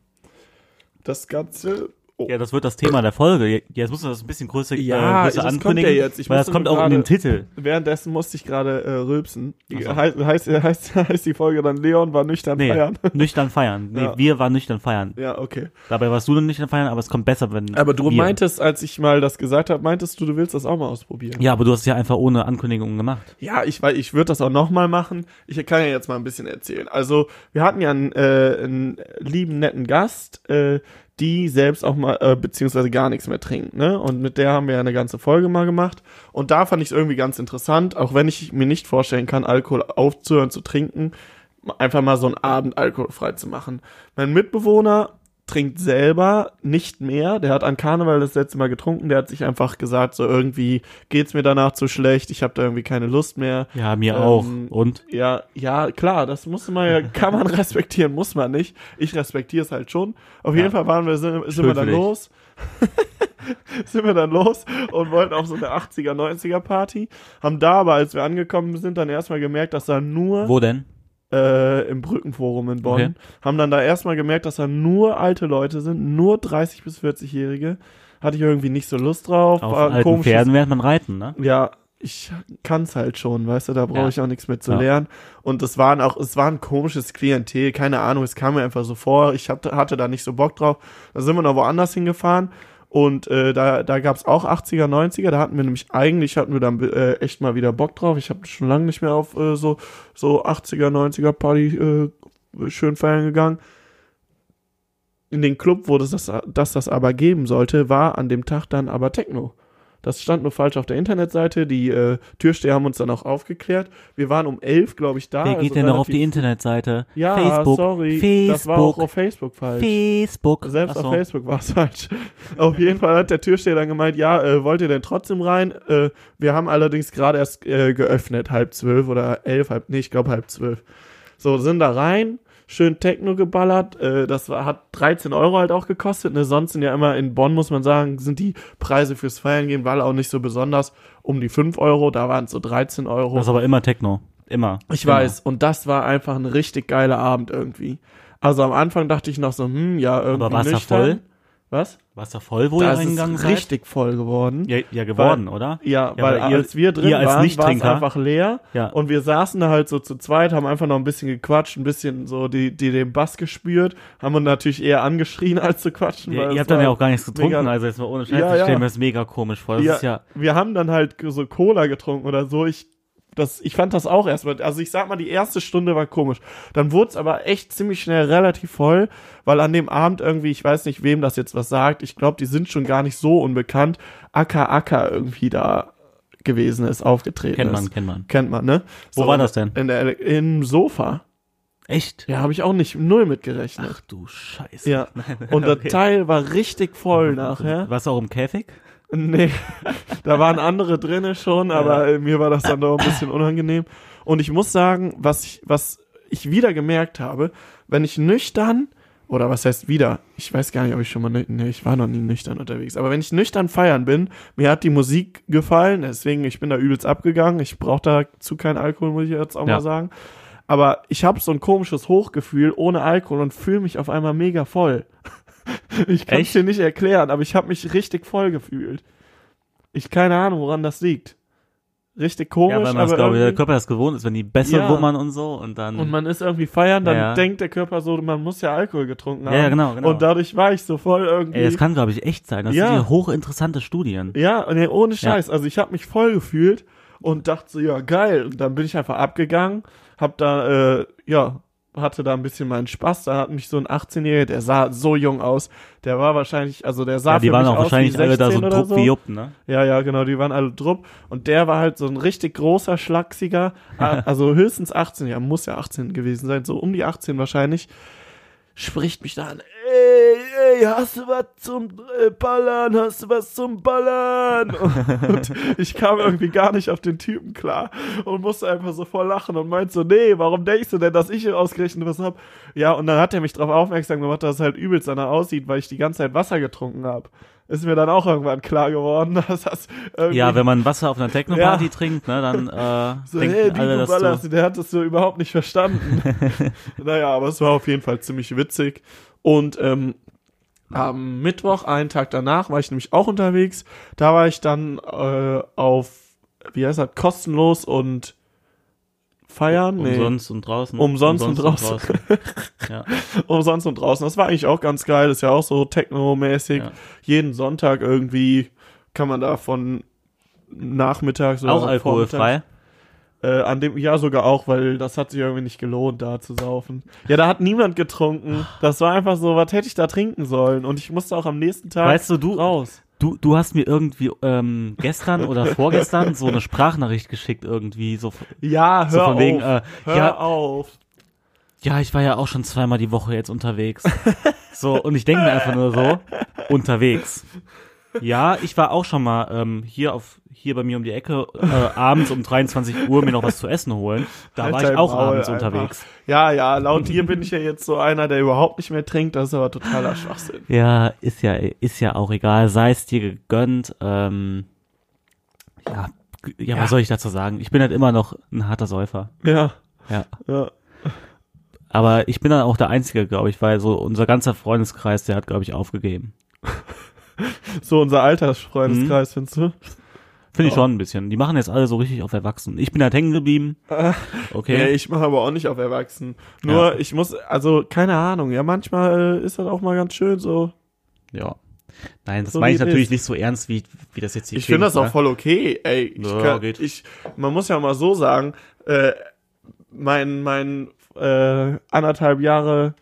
Speaker 5: Das Ganze oh,
Speaker 2: Ja, das wird das Thema der Folge. Jetzt musst du das ein bisschen größer,
Speaker 5: Ja,
Speaker 2: äh, größer
Speaker 5: das kommt
Speaker 2: ankündigen,
Speaker 5: ja jetzt. Ich
Speaker 2: weil
Speaker 5: musste
Speaker 2: das kommt
Speaker 5: nur
Speaker 2: auch in den
Speaker 5: gerade-
Speaker 2: Titel.
Speaker 5: Währenddessen musste ich gerade äh, rülpsen. Die,
Speaker 2: Ach so.
Speaker 5: heißt, heißt, äh, heißt, <laughs> heißt die Folge dann Leon war nüchtern
Speaker 2: Nee,
Speaker 5: feiern? <laughs>
Speaker 2: nüchtern feiern. Nee,
Speaker 5: Ja.
Speaker 2: wir waren nüchtern feiern.
Speaker 5: Ja, okay.
Speaker 2: Dabei warst du nüchtern feiern, aber es kommt besser, wenn
Speaker 5: Aber du
Speaker 2: wir.
Speaker 5: meintest, als ich mal das gesagt habe, meintest du, du willst das auch mal ausprobieren.
Speaker 2: Ja, aber du hast es ja einfach ohne Ankündigung gemacht.
Speaker 5: Ja, ich weiß, ich würde das auch nochmal machen. Ich kann ja jetzt mal ein bisschen erzählen. Also, wir hatten ja einen, äh, einen lieben, netten Gast, äh, die selbst auch mal, äh, beziehungsweise gar nichts mehr trinkt, ne? Und mit der haben wir ja eine ganze Folge mal gemacht. Und da fand ich es irgendwie ganz interessant, auch wenn ich mir nicht vorstellen kann, Alkohol aufzuhören zu trinken, einfach mal so einen Abend alkoholfrei zu machen. Mein Mitbewohner trinkt selber nicht mehr. Der hat an Karneval das letzte Mal getrunken. Der hat sich einfach gesagt, so irgendwie geht's mir danach zu schlecht. Ich habe da irgendwie keine Lust mehr.
Speaker 2: Ja, mir
Speaker 5: Ähm,
Speaker 2: auch. Und?
Speaker 5: Ja, ja, klar, das muss man ja, kann man respektieren, muss man nicht. Ich respektiere es halt schon. Auf jeden Fall waren wir, sind, sind wir
Speaker 2: für
Speaker 5: dann
Speaker 2: dich.
Speaker 5: los. <laughs> sind wir dann los und wollten auf so eine 80er, 90er Party. Haben da aber, als wir angekommen sind, dann erstmal gemerkt, dass da nur
Speaker 2: Wo denn?
Speaker 5: äh, im Brückenforum in Bonn.
Speaker 2: Okay.
Speaker 5: Haben dann da erstmal gemerkt, dass da nur alte Leute sind, nur 30- bis 40-Jährige. Hatte ich irgendwie nicht so Lust drauf.
Speaker 2: Auf
Speaker 5: war ein
Speaker 2: alten
Speaker 5: komisches-
Speaker 2: Pferden lernt man reiten, ne?
Speaker 5: Ja, ich kann's halt schon, weißt du, da brauche
Speaker 2: Ja.
Speaker 5: ich auch nichts mit zu
Speaker 2: Ja.
Speaker 5: lernen. Und es waren auch, es war ein komisches Klientel, keine Ahnung, es kam mir einfach so vor, ich hatte, hatte da nicht so Bock drauf. Da sind wir noch woanders hingefahren und äh, da, da gab's auch 80er, 90er, da hatten wir nämlich eigentlich, hatten wir dann äh, echt mal wieder Bock drauf. Ich habe schon lange nicht mehr auf äh, so, so 80er, 90er Party äh, schön feiern gegangen. In den Club, wo das, das, dass das aber geben sollte, war an dem Tag dann aber Techno. Das stand nur falsch auf der Internetseite. Die äh, Türsteher haben uns dann auch aufgeklärt. Wir waren um elf, glaube ich, da.
Speaker 2: Wer
Speaker 5: also
Speaker 2: geht denn noch auf
Speaker 5: relativ-
Speaker 2: die Internetseite?
Speaker 5: Ja,
Speaker 2: Facebook.
Speaker 5: sorry.
Speaker 2: Facebook.
Speaker 5: Das war auch auf Facebook falsch.
Speaker 2: Facebook.
Speaker 5: Selbst
Speaker 2: Ach so.
Speaker 5: auf Facebook war es falsch. auf jeden Fall hat der Türsteher dann gemeint, ja, äh, wollt ihr denn trotzdem rein? Äh, wir haben allerdings gerade erst äh, geöffnet, halb zwölf oder elf, halb, nee, ich glaube halb zwölf. So, sind da rein, schön Techno geballert. Äh, das war, hat 13 Euro halt auch gekostet. Ne? Sonst sind ja immer in Bonn, muss man sagen, sind die Preise fürs Feiern gehen, weil auch nicht so besonders um die 5 Euro, da waren es so 13 Euro.
Speaker 2: Das ist aber immer Techno. Immer.
Speaker 5: Ich
Speaker 2: immer.
Speaker 5: weiß, und das war einfach ein richtig geiler Abend irgendwie. Also am Anfang dachte ich noch so, hm, ja, irgendwie
Speaker 2: war's da
Speaker 5: nüchtern.
Speaker 2: voll?
Speaker 5: Was?
Speaker 2: Warst du voll, wo ihr
Speaker 5: das
Speaker 2: reingegangen
Speaker 5: ist
Speaker 2: seid?
Speaker 5: richtig voll geworden.
Speaker 2: Ja, ja geworden, oder?
Speaker 5: Ja, weil,
Speaker 2: ihr-
Speaker 5: als wir drin
Speaker 2: ihr als
Speaker 5: waren, war es
Speaker 2: Nichttrinker-
Speaker 5: einfach leer
Speaker 2: Ja.
Speaker 5: und wir saßen da halt so zu zweit, haben einfach noch ein bisschen gequatscht, ein bisschen so die, die den Bass gespürt, haben uns natürlich eher angeschrien <laughs> als zu quatschen.
Speaker 2: Ihr,
Speaker 5: weil
Speaker 2: ihr
Speaker 5: es
Speaker 2: habt dann
Speaker 5: war
Speaker 2: ja auch gar nichts getrunken,
Speaker 5: mega-
Speaker 2: also jetzt mal ohne Scheiß,
Speaker 5: Ja,
Speaker 2: ich
Speaker 5: ja.
Speaker 2: stelle mir das mega komisch vor. Das
Speaker 5: ja,
Speaker 2: ist ja,
Speaker 5: wir haben dann halt so Cola getrunken oder so. Ich, das, ich fand das auch erstmal. Also ich sag mal, die erste Stunde war komisch. Dann wurde es aber echt ziemlich schnell relativ voll, weil an dem Abend irgendwie, ich weiß nicht, wem das jetzt was sagt. Ich glaube, die sind schon gar nicht so unbekannt. Akka Akka irgendwie da gewesen ist, aufgetreten
Speaker 2: kennt man,
Speaker 5: ist.
Speaker 2: kennt man.
Speaker 5: Kennt man, ne?
Speaker 2: Wo war das denn?
Speaker 5: In der, Ele- Im Sofa.
Speaker 2: Echt?
Speaker 5: Ja, habe ich auch nicht null mitgerechnet.
Speaker 2: Ach du Scheiße. <laughs>
Speaker 5: Ja. Und das
Speaker 2: okay.
Speaker 5: Teil war richtig
Speaker 2: <laughs>
Speaker 5: voll nachher.
Speaker 2: Warst du auch im Käfig?
Speaker 5: Nee, <laughs> da waren andere drinne schon, aber äh, mir war das dann doch ein bisschen unangenehm. Und ich muss sagen, was ich, was ich wieder gemerkt habe, wenn ich nüchtern, oder was heißt wieder, ich weiß gar nicht, ob ich schon mal, nü- nee, ich war noch nie nüchtern unterwegs, aber wenn ich nüchtern feiern bin, mir hat die Musik gefallen, deswegen, ich bin da übelst abgegangen, ich brauche dazu keinen Alkohol, muss ich jetzt auch
Speaker 2: Ja.
Speaker 5: mal sagen. Aber ich habe so ein komisches Hochgefühl ohne Alkohol und fühle mich auf einmal mega voll. <laughs> Ich kann es
Speaker 2: Echt?
Speaker 5: dir nicht erklären, aber ich habe mich richtig voll gefühlt. Ich keine Ahnung, woran das liegt. Richtig komisch,
Speaker 2: ja, weil man das,
Speaker 5: aber
Speaker 2: glaube ich, der
Speaker 5: irgendwie,
Speaker 2: Körper das gewohnt ist, wenn die besser
Speaker 5: Ja.
Speaker 2: wummern und so und dann.
Speaker 5: und man ist irgendwie feiern, dann
Speaker 2: Ja, ja.
Speaker 5: denkt der Körper so, man muss ja Alkohol getrunken
Speaker 2: Ja,
Speaker 5: haben.
Speaker 2: ja, genau, genau.
Speaker 5: Und dadurch war ich so voll irgendwie.
Speaker 2: Ey, das kann, glaube ich, echt sein. Das
Speaker 5: Ja.
Speaker 2: sind ja hochinteressante Studien.
Speaker 5: ja, und ja, ohne Scheiß. Also ich habe mich voll gefühlt und dachte so, ja, geil. Und dann bin ich einfach abgegangen, hab da, äh, ja, hatte da ein bisschen meinen Spaß. Da hat mich so ein 18-Jähriger, der sah so jung aus, der war wahrscheinlich, also der sah
Speaker 2: Ja, die
Speaker 5: für
Speaker 2: waren
Speaker 5: mich
Speaker 2: auch
Speaker 5: aus
Speaker 2: wahrscheinlich
Speaker 5: wie
Speaker 2: alle da so
Speaker 5: 16 oder
Speaker 2: Druck wie Jupp, ne?
Speaker 5: Ja, ja, genau, die waren alle drupp. Und der war halt so ein richtig großer, schlachsiger, a- also höchstens 18, ja, muss ja 18 gewesen sein, so um die 18 wahrscheinlich. Spricht mich da an. Ey, ey, hast du was zum äh, Ballern? Hast du was zum
Speaker 2: <laughs>
Speaker 5: Ballern? Und ich kam irgendwie gar nicht auf den Typen klar und musste einfach so voll lachen und meinte so, nee, warum denkst du denn, dass ich ausgerechnet was hab? Ja, und dann hat er mich darauf aufmerksam gemacht, dass es halt übelst danach aussieht, weil ich die ganze Zeit Wasser getrunken hab. Ist mir dann auch irgendwann klar geworden, <laughs> dass das irgendwie
Speaker 2: Ja, wenn man Wasser auf einer Techno-Party
Speaker 5: Ja.
Speaker 2: trinkt, ne, dann äh,
Speaker 5: <laughs> so,
Speaker 2: denken
Speaker 5: hey, wie
Speaker 2: alle,
Speaker 5: du
Speaker 2: dass
Speaker 5: ballerst,
Speaker 2: du,
Speaker 5: der hat das so überhaupt nicht
Speaker 2: <laughs>
Speaker 5: verstanden. naja, aber es war auf jeden Fall ziemlich witzig. Und ähm, am Mittwoch, einen Tag danach, war ich nämlich auch unterwegs. Da war ich dann äh, auf, wie heißt das, kostenlos und feiern? Nee.
Speaker 2: Umsonst und draußen.
Speaker 5: Umsonst und draußen. <laughs>
Speaker 2: ja.
Speaker 5: Umsonst und draußen. Das war eigentlich auch ganz geil. Ist ja auch so techno-mäßig.
Speaker 2: Ja.
Speaker 5: Jeden Sonntag irgendwie kann man da von nachmittags oder
Speaker 2: Auch alkoholfrei.
Speaker 5: Äh, an dem, ja, sogar auch, weil das hat sich irgendwie nicht gelohnt, da zu saufen. Ja, da hat niemand getrunken. Das war einfach so, was hätte ich da trinken sollen? Und ich musste auch am nächsten Tag
Speaker 2: Weißt du, du,
Speaker 5: raus.
Speaker 2: Du, du hast mir irgendwie ähm, gestern oder vorgestern so eine Sprachnachricht geschickt irgendwie so, f-
Speaker 5: Ja, hör
Speaker 2: so von
Speaker 5: auf.
Speaker 2: wegen äh,
Speaker 5: hör
Speaker 2: ja
Speaker 5: auf.
Speaker 2: ja ich war ja auch schon zweimal die Woche jetzt unterwegs so und ich denke mir einfach nur so unterwegs ja ich war auch schon mal ähm, hier auf hier bei mir um die Ecke äh, abends um 23 Uhr mir noch was zu essen holen da war
Speaker 5: Alter,
Speaker 2: ich auch
Speaker 5: Halt Maul
Speaker 2: abends
Speaker 5: einfach.
Speaker 2: unterwegs
Speaker 5: Ja, ja, laut dir bin ich ja jetzt so einer, der überhaupt nicht mehr trinkt. Das ist aber totaler Schwachsinn.
Speaker 2: ja ist ja ist ja auch egal sei es dir gegönnt ähm, ja g- ja, was soll ich dazu sagen? Ich bin halt immer noch ein harter Säufer.
Speaker 5: Ja,
Speaker 2: Ja.
Speaker 5: ja.
Speaker 2: Aber ich bin dann auch der Einzige, glaube ich, weil so unser ganzer Freundeskreis, der hat, glaube ich, aufgegeben.
Speaker 5: So unser Altersfreundeskreis,
Speaker 2: Mhm.
Speaker 5: findest du?
Speaker 2: Finde
Speaker 5: Oh.
Speaker 2: ich schon ein bisschen. Die machen jetzt alle so richtig auf Erwachsenen. Ich bin halt hängen geblieben.
Speaker 5: Äh, Nee,
Speaker 2: Okay.
Speaker 5: ich mache aber auch nicht auf Erwachsenen. Nur
Speaker 2: Ja.
Speaker 5: ich muss, also keine Ahnung, ja, manchmal äh, ist das auch mal ganz schön so.
Speaker 2: Ja. Nein, das
Speaker 5: So
Speaker 2: meine
Speaker 5: wie
Speaker 2: ich
Speaker 5: es
Speaker 2: natürlich
Speaker 5: ist.
Speaker 2: nicht so ernst, wie, wie das jetzt hier
Speaker 5: Ich finde das auch
Speaker 2: ne?
Speaker 5: voll okay. Ey, ich,
Speaker 2: Ja,
Speaker 5: kann,
Speaker 2: geht.
Speaker 5: ich man muss ja mal so sagen, äh, mein mein äh, anderthalb Jahre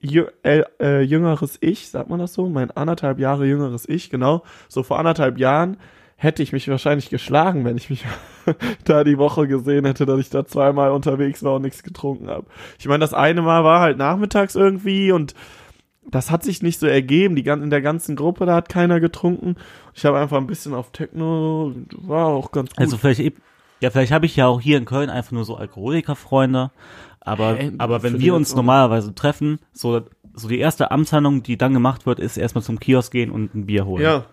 Speaker 5: jü äl- äh, jüngeres Ich, sagt man das so? Mein anderthalb Jahre jüngeres Ich, genau. So vor anderthalb Jahren hätte ich mich wahrscheinlich geschlagen, wenn ich mich <laughs> da die Woche gesehen hätte, dass ich da zweimal unterwegs war und nichts getrunken habe. Ich meine, das eine Mal war halt nachmittags irgendwie und das hat sich nicht so ergeben. Die, gan- in der ganzen Gruppe, da hat keiner getrunken. Ich habe einfach ein bisschen auf Techno, war auch ganz gut.
Speaker 2: Also vielleicht, eben- ja, vielleicht habe ich ja auch hier in Köln einfach nur so Alkoholikerfreunde. Aber,
Speaker 5: Hä?
Speaker 2: aber wenn
Speaker 5: Finde
Speaker 2: wir
Speaker 5: ich
Speaker 2: uns
Speaker 5: jetzt auch-
Speaker 2: normalerweise treffen, so, so die erste Amtshandlung, die dann gemacht wird, ist erstmal zum Kiosk gehen und ein Bier holen.
Speaker 5: ja.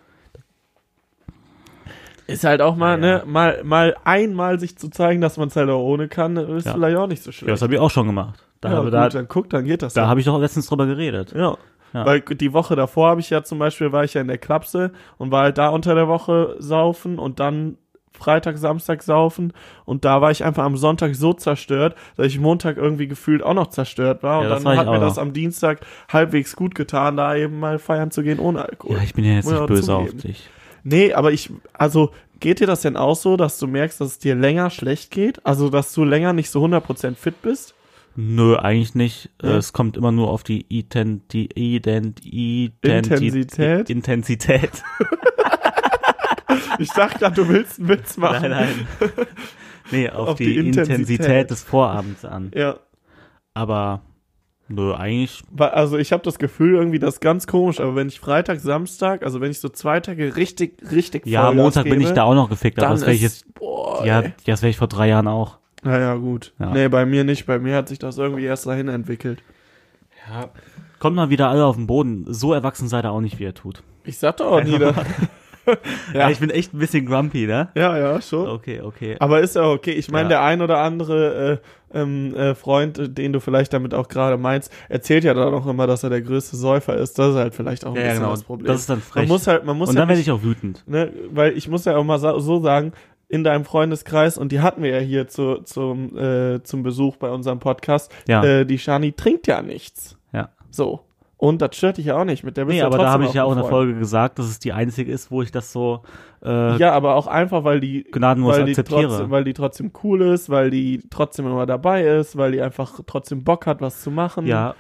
Speaker 5: Ist halt auch mal,
Speaker 2: Ja, ja.
Speaker 5: ne, mal, mal einmal sich zu zeigen, dass man es halt auch ohne kann, ist
Speaker 2: Ja.
Speaker 5: vielleicht auch nicht so
Speaker 2: Ja, das
Speaker 5: schlecht.
Speaker 2: habe ich auch schon gemacht. Da,
Speaker 5: Ja,
Speaker 2: habe,
Speaker 5: gut,
Speaker 2: da,
Speaker 5: dann guck, dann geht das.
Speaker 2: da
Speaker 5: ja.
Speaker 2: habe ich doch letztens drüber geredet.
Speaker 5: Ja.
Speaker 2: Ja.
Speaker 5: Weil die Woche davor habe ich ja zum Beispiel, war ich ja in der Klapse und war halt da unter der Woche saufen und dann Freitag, Samstag saufen und da war ich einfach am Sonntag so zerstört, dass ich Montag irgendwie gefühlt auch noch zerstört war
Speaker 2: Ja, das
Speaker 5: und
Speaker 2: war
Speaker 5: dann
Speaker 2: ich
Speaker 5: hat mir
Speaker 2: auch
Speaker 5: das
Speaker 2: noch.
Speaker 5: am Dienstag halbwegs gut getan, da eben mal feiern zu gehen ohne Alkohol.
Speaker 2: Ja, ich bin ja jetzt
Speaker 5: Muss
Speaker 2: nicht
Speaker 5: auch
Speaker 2: böse auf
Speaker 5: zugeben.
Speaker 2: dich.
Speaker 5: Nee, aber ich, also geht dir das denn auch so, dass du merkst, dass es dir länger schlecht geht? Also, dass du länger nicht so 100% fit bist?
Speaker 2: Nö, eigentlich nicht.
Speaker 5: Ja.
Speaker 2: Äh, Es kommt immer nur auf die Ident, die Ident, Ident,
Speaker 5: Intensität? <laughs>
Speaker 2: Intensität.
Speaker 5: Ich dachte gerade, du willst einen Witz machen.
Speaker 2: nein, nein. Nee, auf,
Speaker 5: Auf
Speaker 2: die,
Speaker 5: die
Speaker 2: Intensität.
Speaker 5: Intensität.
Speaker 2: des Vorabends an.
Speaker 5: Ja.
Speaker 2: Aber nö, eigentlich.
Speaker 5: Weil- Also ich habe das Gefühl irgendwie, das ist ganz komisch, aber wenn ich Freitag, Samstag, also wenn ich so zwei Tage richtig, richtig
Speaker 2: Ja,
Speaker 5: Vollgas
Speaker 2: Montag bin
Speaker 5: gebe,
Speaker 2: ich da auch noch gefickt, aber
Speaker 5: dann
Speaker 2: das wäre ich
Speaker 5: ist,
Speaker 2: jetzt.
Speaker 5: boah,
Speaker 2: Ja,
Speaker 5: ey.
Speaker 2: das wäre ich vor drei Jahren auch.
Speaker 5: Naja, gut.
Speaker 2: Ja.
Speaker 5: Nee, bei mir nicht, bei mir hat sich das irgendwie erst dahin entwickelt.
Speaker 2: Kommt mal wieder alle auf den Boden. So erwachsen seid ihr auch nicht, wie ihr tut.
Speaker 5: Ich sag doch auch nie,
Speaker 2: <laughs>
Speaker 5: da-
Speaker 2: Ja. Ich bin echt ein bisschen grumpy, ne?
Speaker 5: ja, ja, schon.
Speaker 2: Okay, okay.
Speaker 5: Aber ist ja okay. Ich meine,
Speaker 2: Ja.
Speaker 5: der ein oder andere äh, ähm, äh, Freund, äh, den du vielleicht damit auch gerade meinst, erzählt ja dann auch immer, dass er der größte Säufer ist. Das ist halt vielleicht auch ein
Speaker 2: Ja, ja,
Speaker 5: bisschen
Speaker 2: genau.
Speaker 5: das Problem.
Speaker 2: Das ist dann frech.
Speaker 5: Man muss halt, man muss
Speaker 2: Und
Speaker 5: ja
Speaker 2: dann werde
Speaker 5: nicht-
Speaker 2: ich auch wütend.
Speaker 5: ne, weil ich muss ja auch mal sa- so sagen, in deinem Freundeskreis, und die hatten wir ja hier zu, zum, äh, zum Besuch bei unserem Podcast,
Speaker 2: Ja.
Speaker 5: äh, die Shani trinkt ja nichts.
Speaker 2: Ja.
Speaker 5: So. Und das stört dich ja auch nicht. Mit der bist
Speaker 2: Nee,
Speaker 5: du
Speaker 2: aber da
Speaker 5: trotzdem
Speaker 2: habe ich ja auch in der
Speaker 5: befreundet.
Speaker 2: Folge gesagt, dass es die einzige ist, wo ich das so äh,
Speaker 5: Ja, aber auch einfach, weil die,
Speaker 2: gnadenlos
Speaker 5: weil, die
Speaker 2: akzeptiere.
Speaker 5: trotzdem, weil die trotzdem cool ist, weil die trotzdem immer dabei ist, weil die einfach trotzdem Bock hat, was zu machen.
Speaker 2: ja,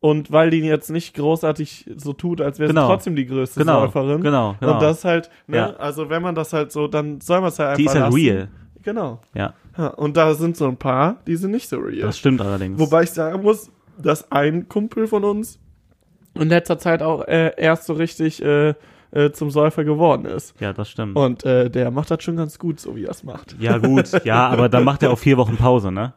Speaker 5: Und weil die jetzt nicht großartig so tut, als wäre
Speaker 2: Genau.
Speaker 5: sie trotzdem die größte
Speaker 2: genau,
Speaker 5: Säuferin.
Speaker 2: genau, genau.
Speaker 5: Und das halt, ne,
Speaker 2: Ja.
Speaker 5: also wenn man das halt so, dann soll man es halt einfach
Speaker 2: die ist halt
Speaker 5: lassen.
Speaker 2: real.
Speaker 5: Genau.
Speaker 2: Ja,
Speaker 5: Ja, und da sind so ein paar, die sind nicht so real.
Speaker 2: das stimmt allerdings.
Speaker 5: Wobei ich sagen muss, dass ein Kumpel von uns in letzter Zeit auch äh, erst so richtig äh, äh, zum Säufer geworden ist.
Speaker 2: ja, das stimmt.
Speaker 5: Und äh, der macht das schon ganz gut, so wie er es macht.
Speaker 2: Ja gut, ja, aber dann macht er auch vier Wochen Pause, ne?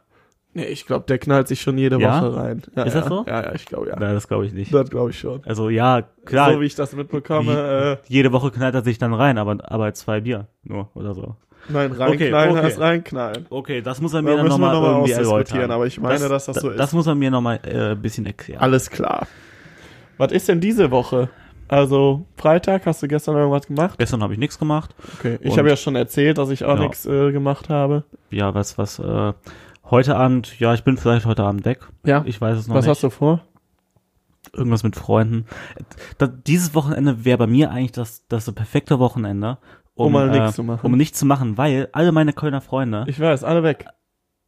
Speaker 5: Nee, ich glaube, der knallt sich schon jede
Speaker 2: Ja?
Speaker 5: Woche rein. Ja,
Speaker 2: Ist das
Speaker 5: ja.
Speaker 2: so?
Speaker 5: Ja, ja, ich glaube, ja.
Speaker 2: Na, das glaube ich nicht.
Speaker 5: Das glaube ich schon.
Speaker 2: Also ja, klar,
Speaker 5: So wie ich das
Speaker 2: Wie-
Speaker 5: mitbekomme,
Speaker 2: jede Woche knallt er sich dann rein, aber, aber zwei Bier nur oder so.
Speaker 5: äh, nein, reinknallen
Speaker 2: okay.
Speaker 5: heißt reinknallen.
Speaker 2: Okay, das muss er
Speaker 5: Da
Speaker 2: mir dann
Speaker 5: müssen wir
Speaker 2: nochmal noch
Speaker 5: noch mal
Speaker 2: mal irgendwie
Speaker 5: ausdiskutieren,
Speaker 2: erläutern.
Speaker 5: aber ich meine, dass das so ist.
Speaker 2: Das muss er mir nochmal äh, ein bisschen erklären.
Speaker 5: Alles klar. Was ist denn diese Woche? Also Freitag, hast du gestern irgendwas gemacht?
Speaker 2: Gestern habe ich nichts gemacht.
Speaker 5: Okay. Ich
Speaker 2: Und-
Speaker 5: habe ja schon erzählt, dass ich auch
Speaker 2: Ja.
Speaker 5: nichts äh, gemacht habe.
Speaker 2: Ja, was, was, äh, heute Abend, ja, ich bin vielleicht heute Abend weg.
Speaker 5: Ja.
Speaker 2: Ich weiß es noch
Speaker 5: Was
Speaker 2: nicht.
Speaker 5: hast du vor?
Speaker 2: Irgendwas mit Freunden. Da, dieses Wochenende wäre bei mir eigentlich das, das so perfekte Wochenende.
Speaker 5: Um mal nichts zu machen.
Speaker 2: Um nichts zu machen, weil alle meine Kölner Freunde,
Speaker 5: Ich weiß, alle weg.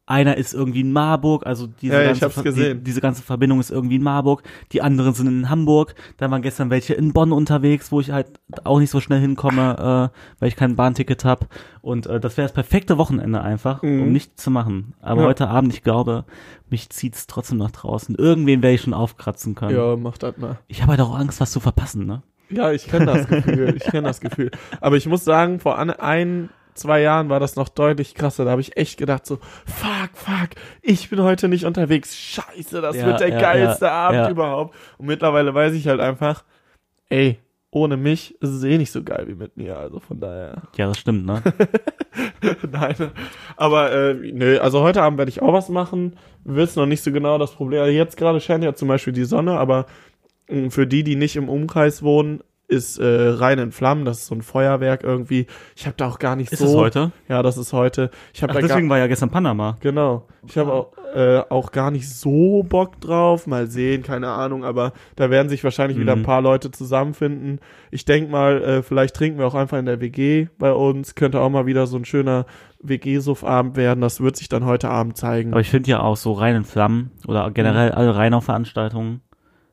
Speaker 2: einer ist irgendwie in Marburg, also diese,
Speaker 5: Ja, ja,
Speaker 2: ganze,
Speaker 5: ich hab's
Speaker 2: Ver-
Speaker 5: gesehen.
Speaker 2: Die, diese ganze Verbindung ist irgendwie in Marburg, die anderen sind in Hamburg, dann waren gestern welche in Bonn unterwegs, wo ich halt auch nicht so schnell hinkomme, äh, weil ich kein Bahnticket habe. Und äh, das wäre das perfekte Wochenende einfach, um
Speaker 5: Mhm.
Speaker 2: nichts zu machen. Aber
Speaker 5: Ja.
Speaker 2: heute Abend, ich glaube, mich zieht's trotzdem nach draußen. Irgendwen werde ich schon aufkratzen können.
Speaker 5: Ja, mach das mal.
Speaker 2: Ich habe halt auch Angst, was zu verpassen, ne?
Speaker 5: Ja, ich kenne das Gefühl. Ich kenne das Gefühl. Aber ich muss sagen, vor an, ein, zwei Jahren war das noch deutlich krasser. Da habe ich echt gedacht so, fuck, fuck, ich bin heute nicht unterwegs. Scheiße, das
Speaker 2: Ja,
Speaker 5: wird der
Speaker 2: ja,
Speaker 5: geilste
Speaker 2: ja,
Speaker 5: Abend
Speaker 2: ja.
Speaker 5: überhaupt. Und mittlerweile weiß ich halt einfach, ey, ohne mich ist es eh nicht so geil wie mit mir. Also von daher.
Speaker 2: Ja, das
Speaker 5: <laughs>
Speaker 2: stimmt, ne?
Speaker 5: Nein. Aber äh, nö, also heute Abend werde ich auch was machen. Wir wissen noch nicht so genau das Problem. Also jetzt gerade scheint ja zum Beispiel die Sonne, aber mh, für die, die nicht im Umkreis wohnen, ist äh, rein in Flammen. Das ist so ein Feuerwerk irgendwie. Ich habe da auch gar nicht
Speaker 2: Ist
Speaker 5: so.
Speaker 2: es heute?
Speaker 5: Ja, das ist heute. Ich habe
Speaker 2: Ach,
Speaker 5: da gar,
Speaker 2: deswegen war ja gestern Panama.
Speaker 5: genau. Ich habe auch, äh, auch gar nicht so Bock drauf. Mal sehen, keine Ahnung. Aber da werden sich wahrscheinlich wieder
Speaker 2: Mhm.
Speaker 5: ein paar Leute zusammenfinden. Ich denk mal, äh, vielleicht trinken wir auch einfach in der WG bei uns. Könnte auch mal wieder so ein schöner WG-Suff-Abend werden. Das wird sich dann heute Abend zeigen.
Speaker 2: Aber ich finde ja auch so Rhein in Flammen oder
Speaker 5: Mhm.
Speaker 2: generell alle Rheinau-Veranstaltungen,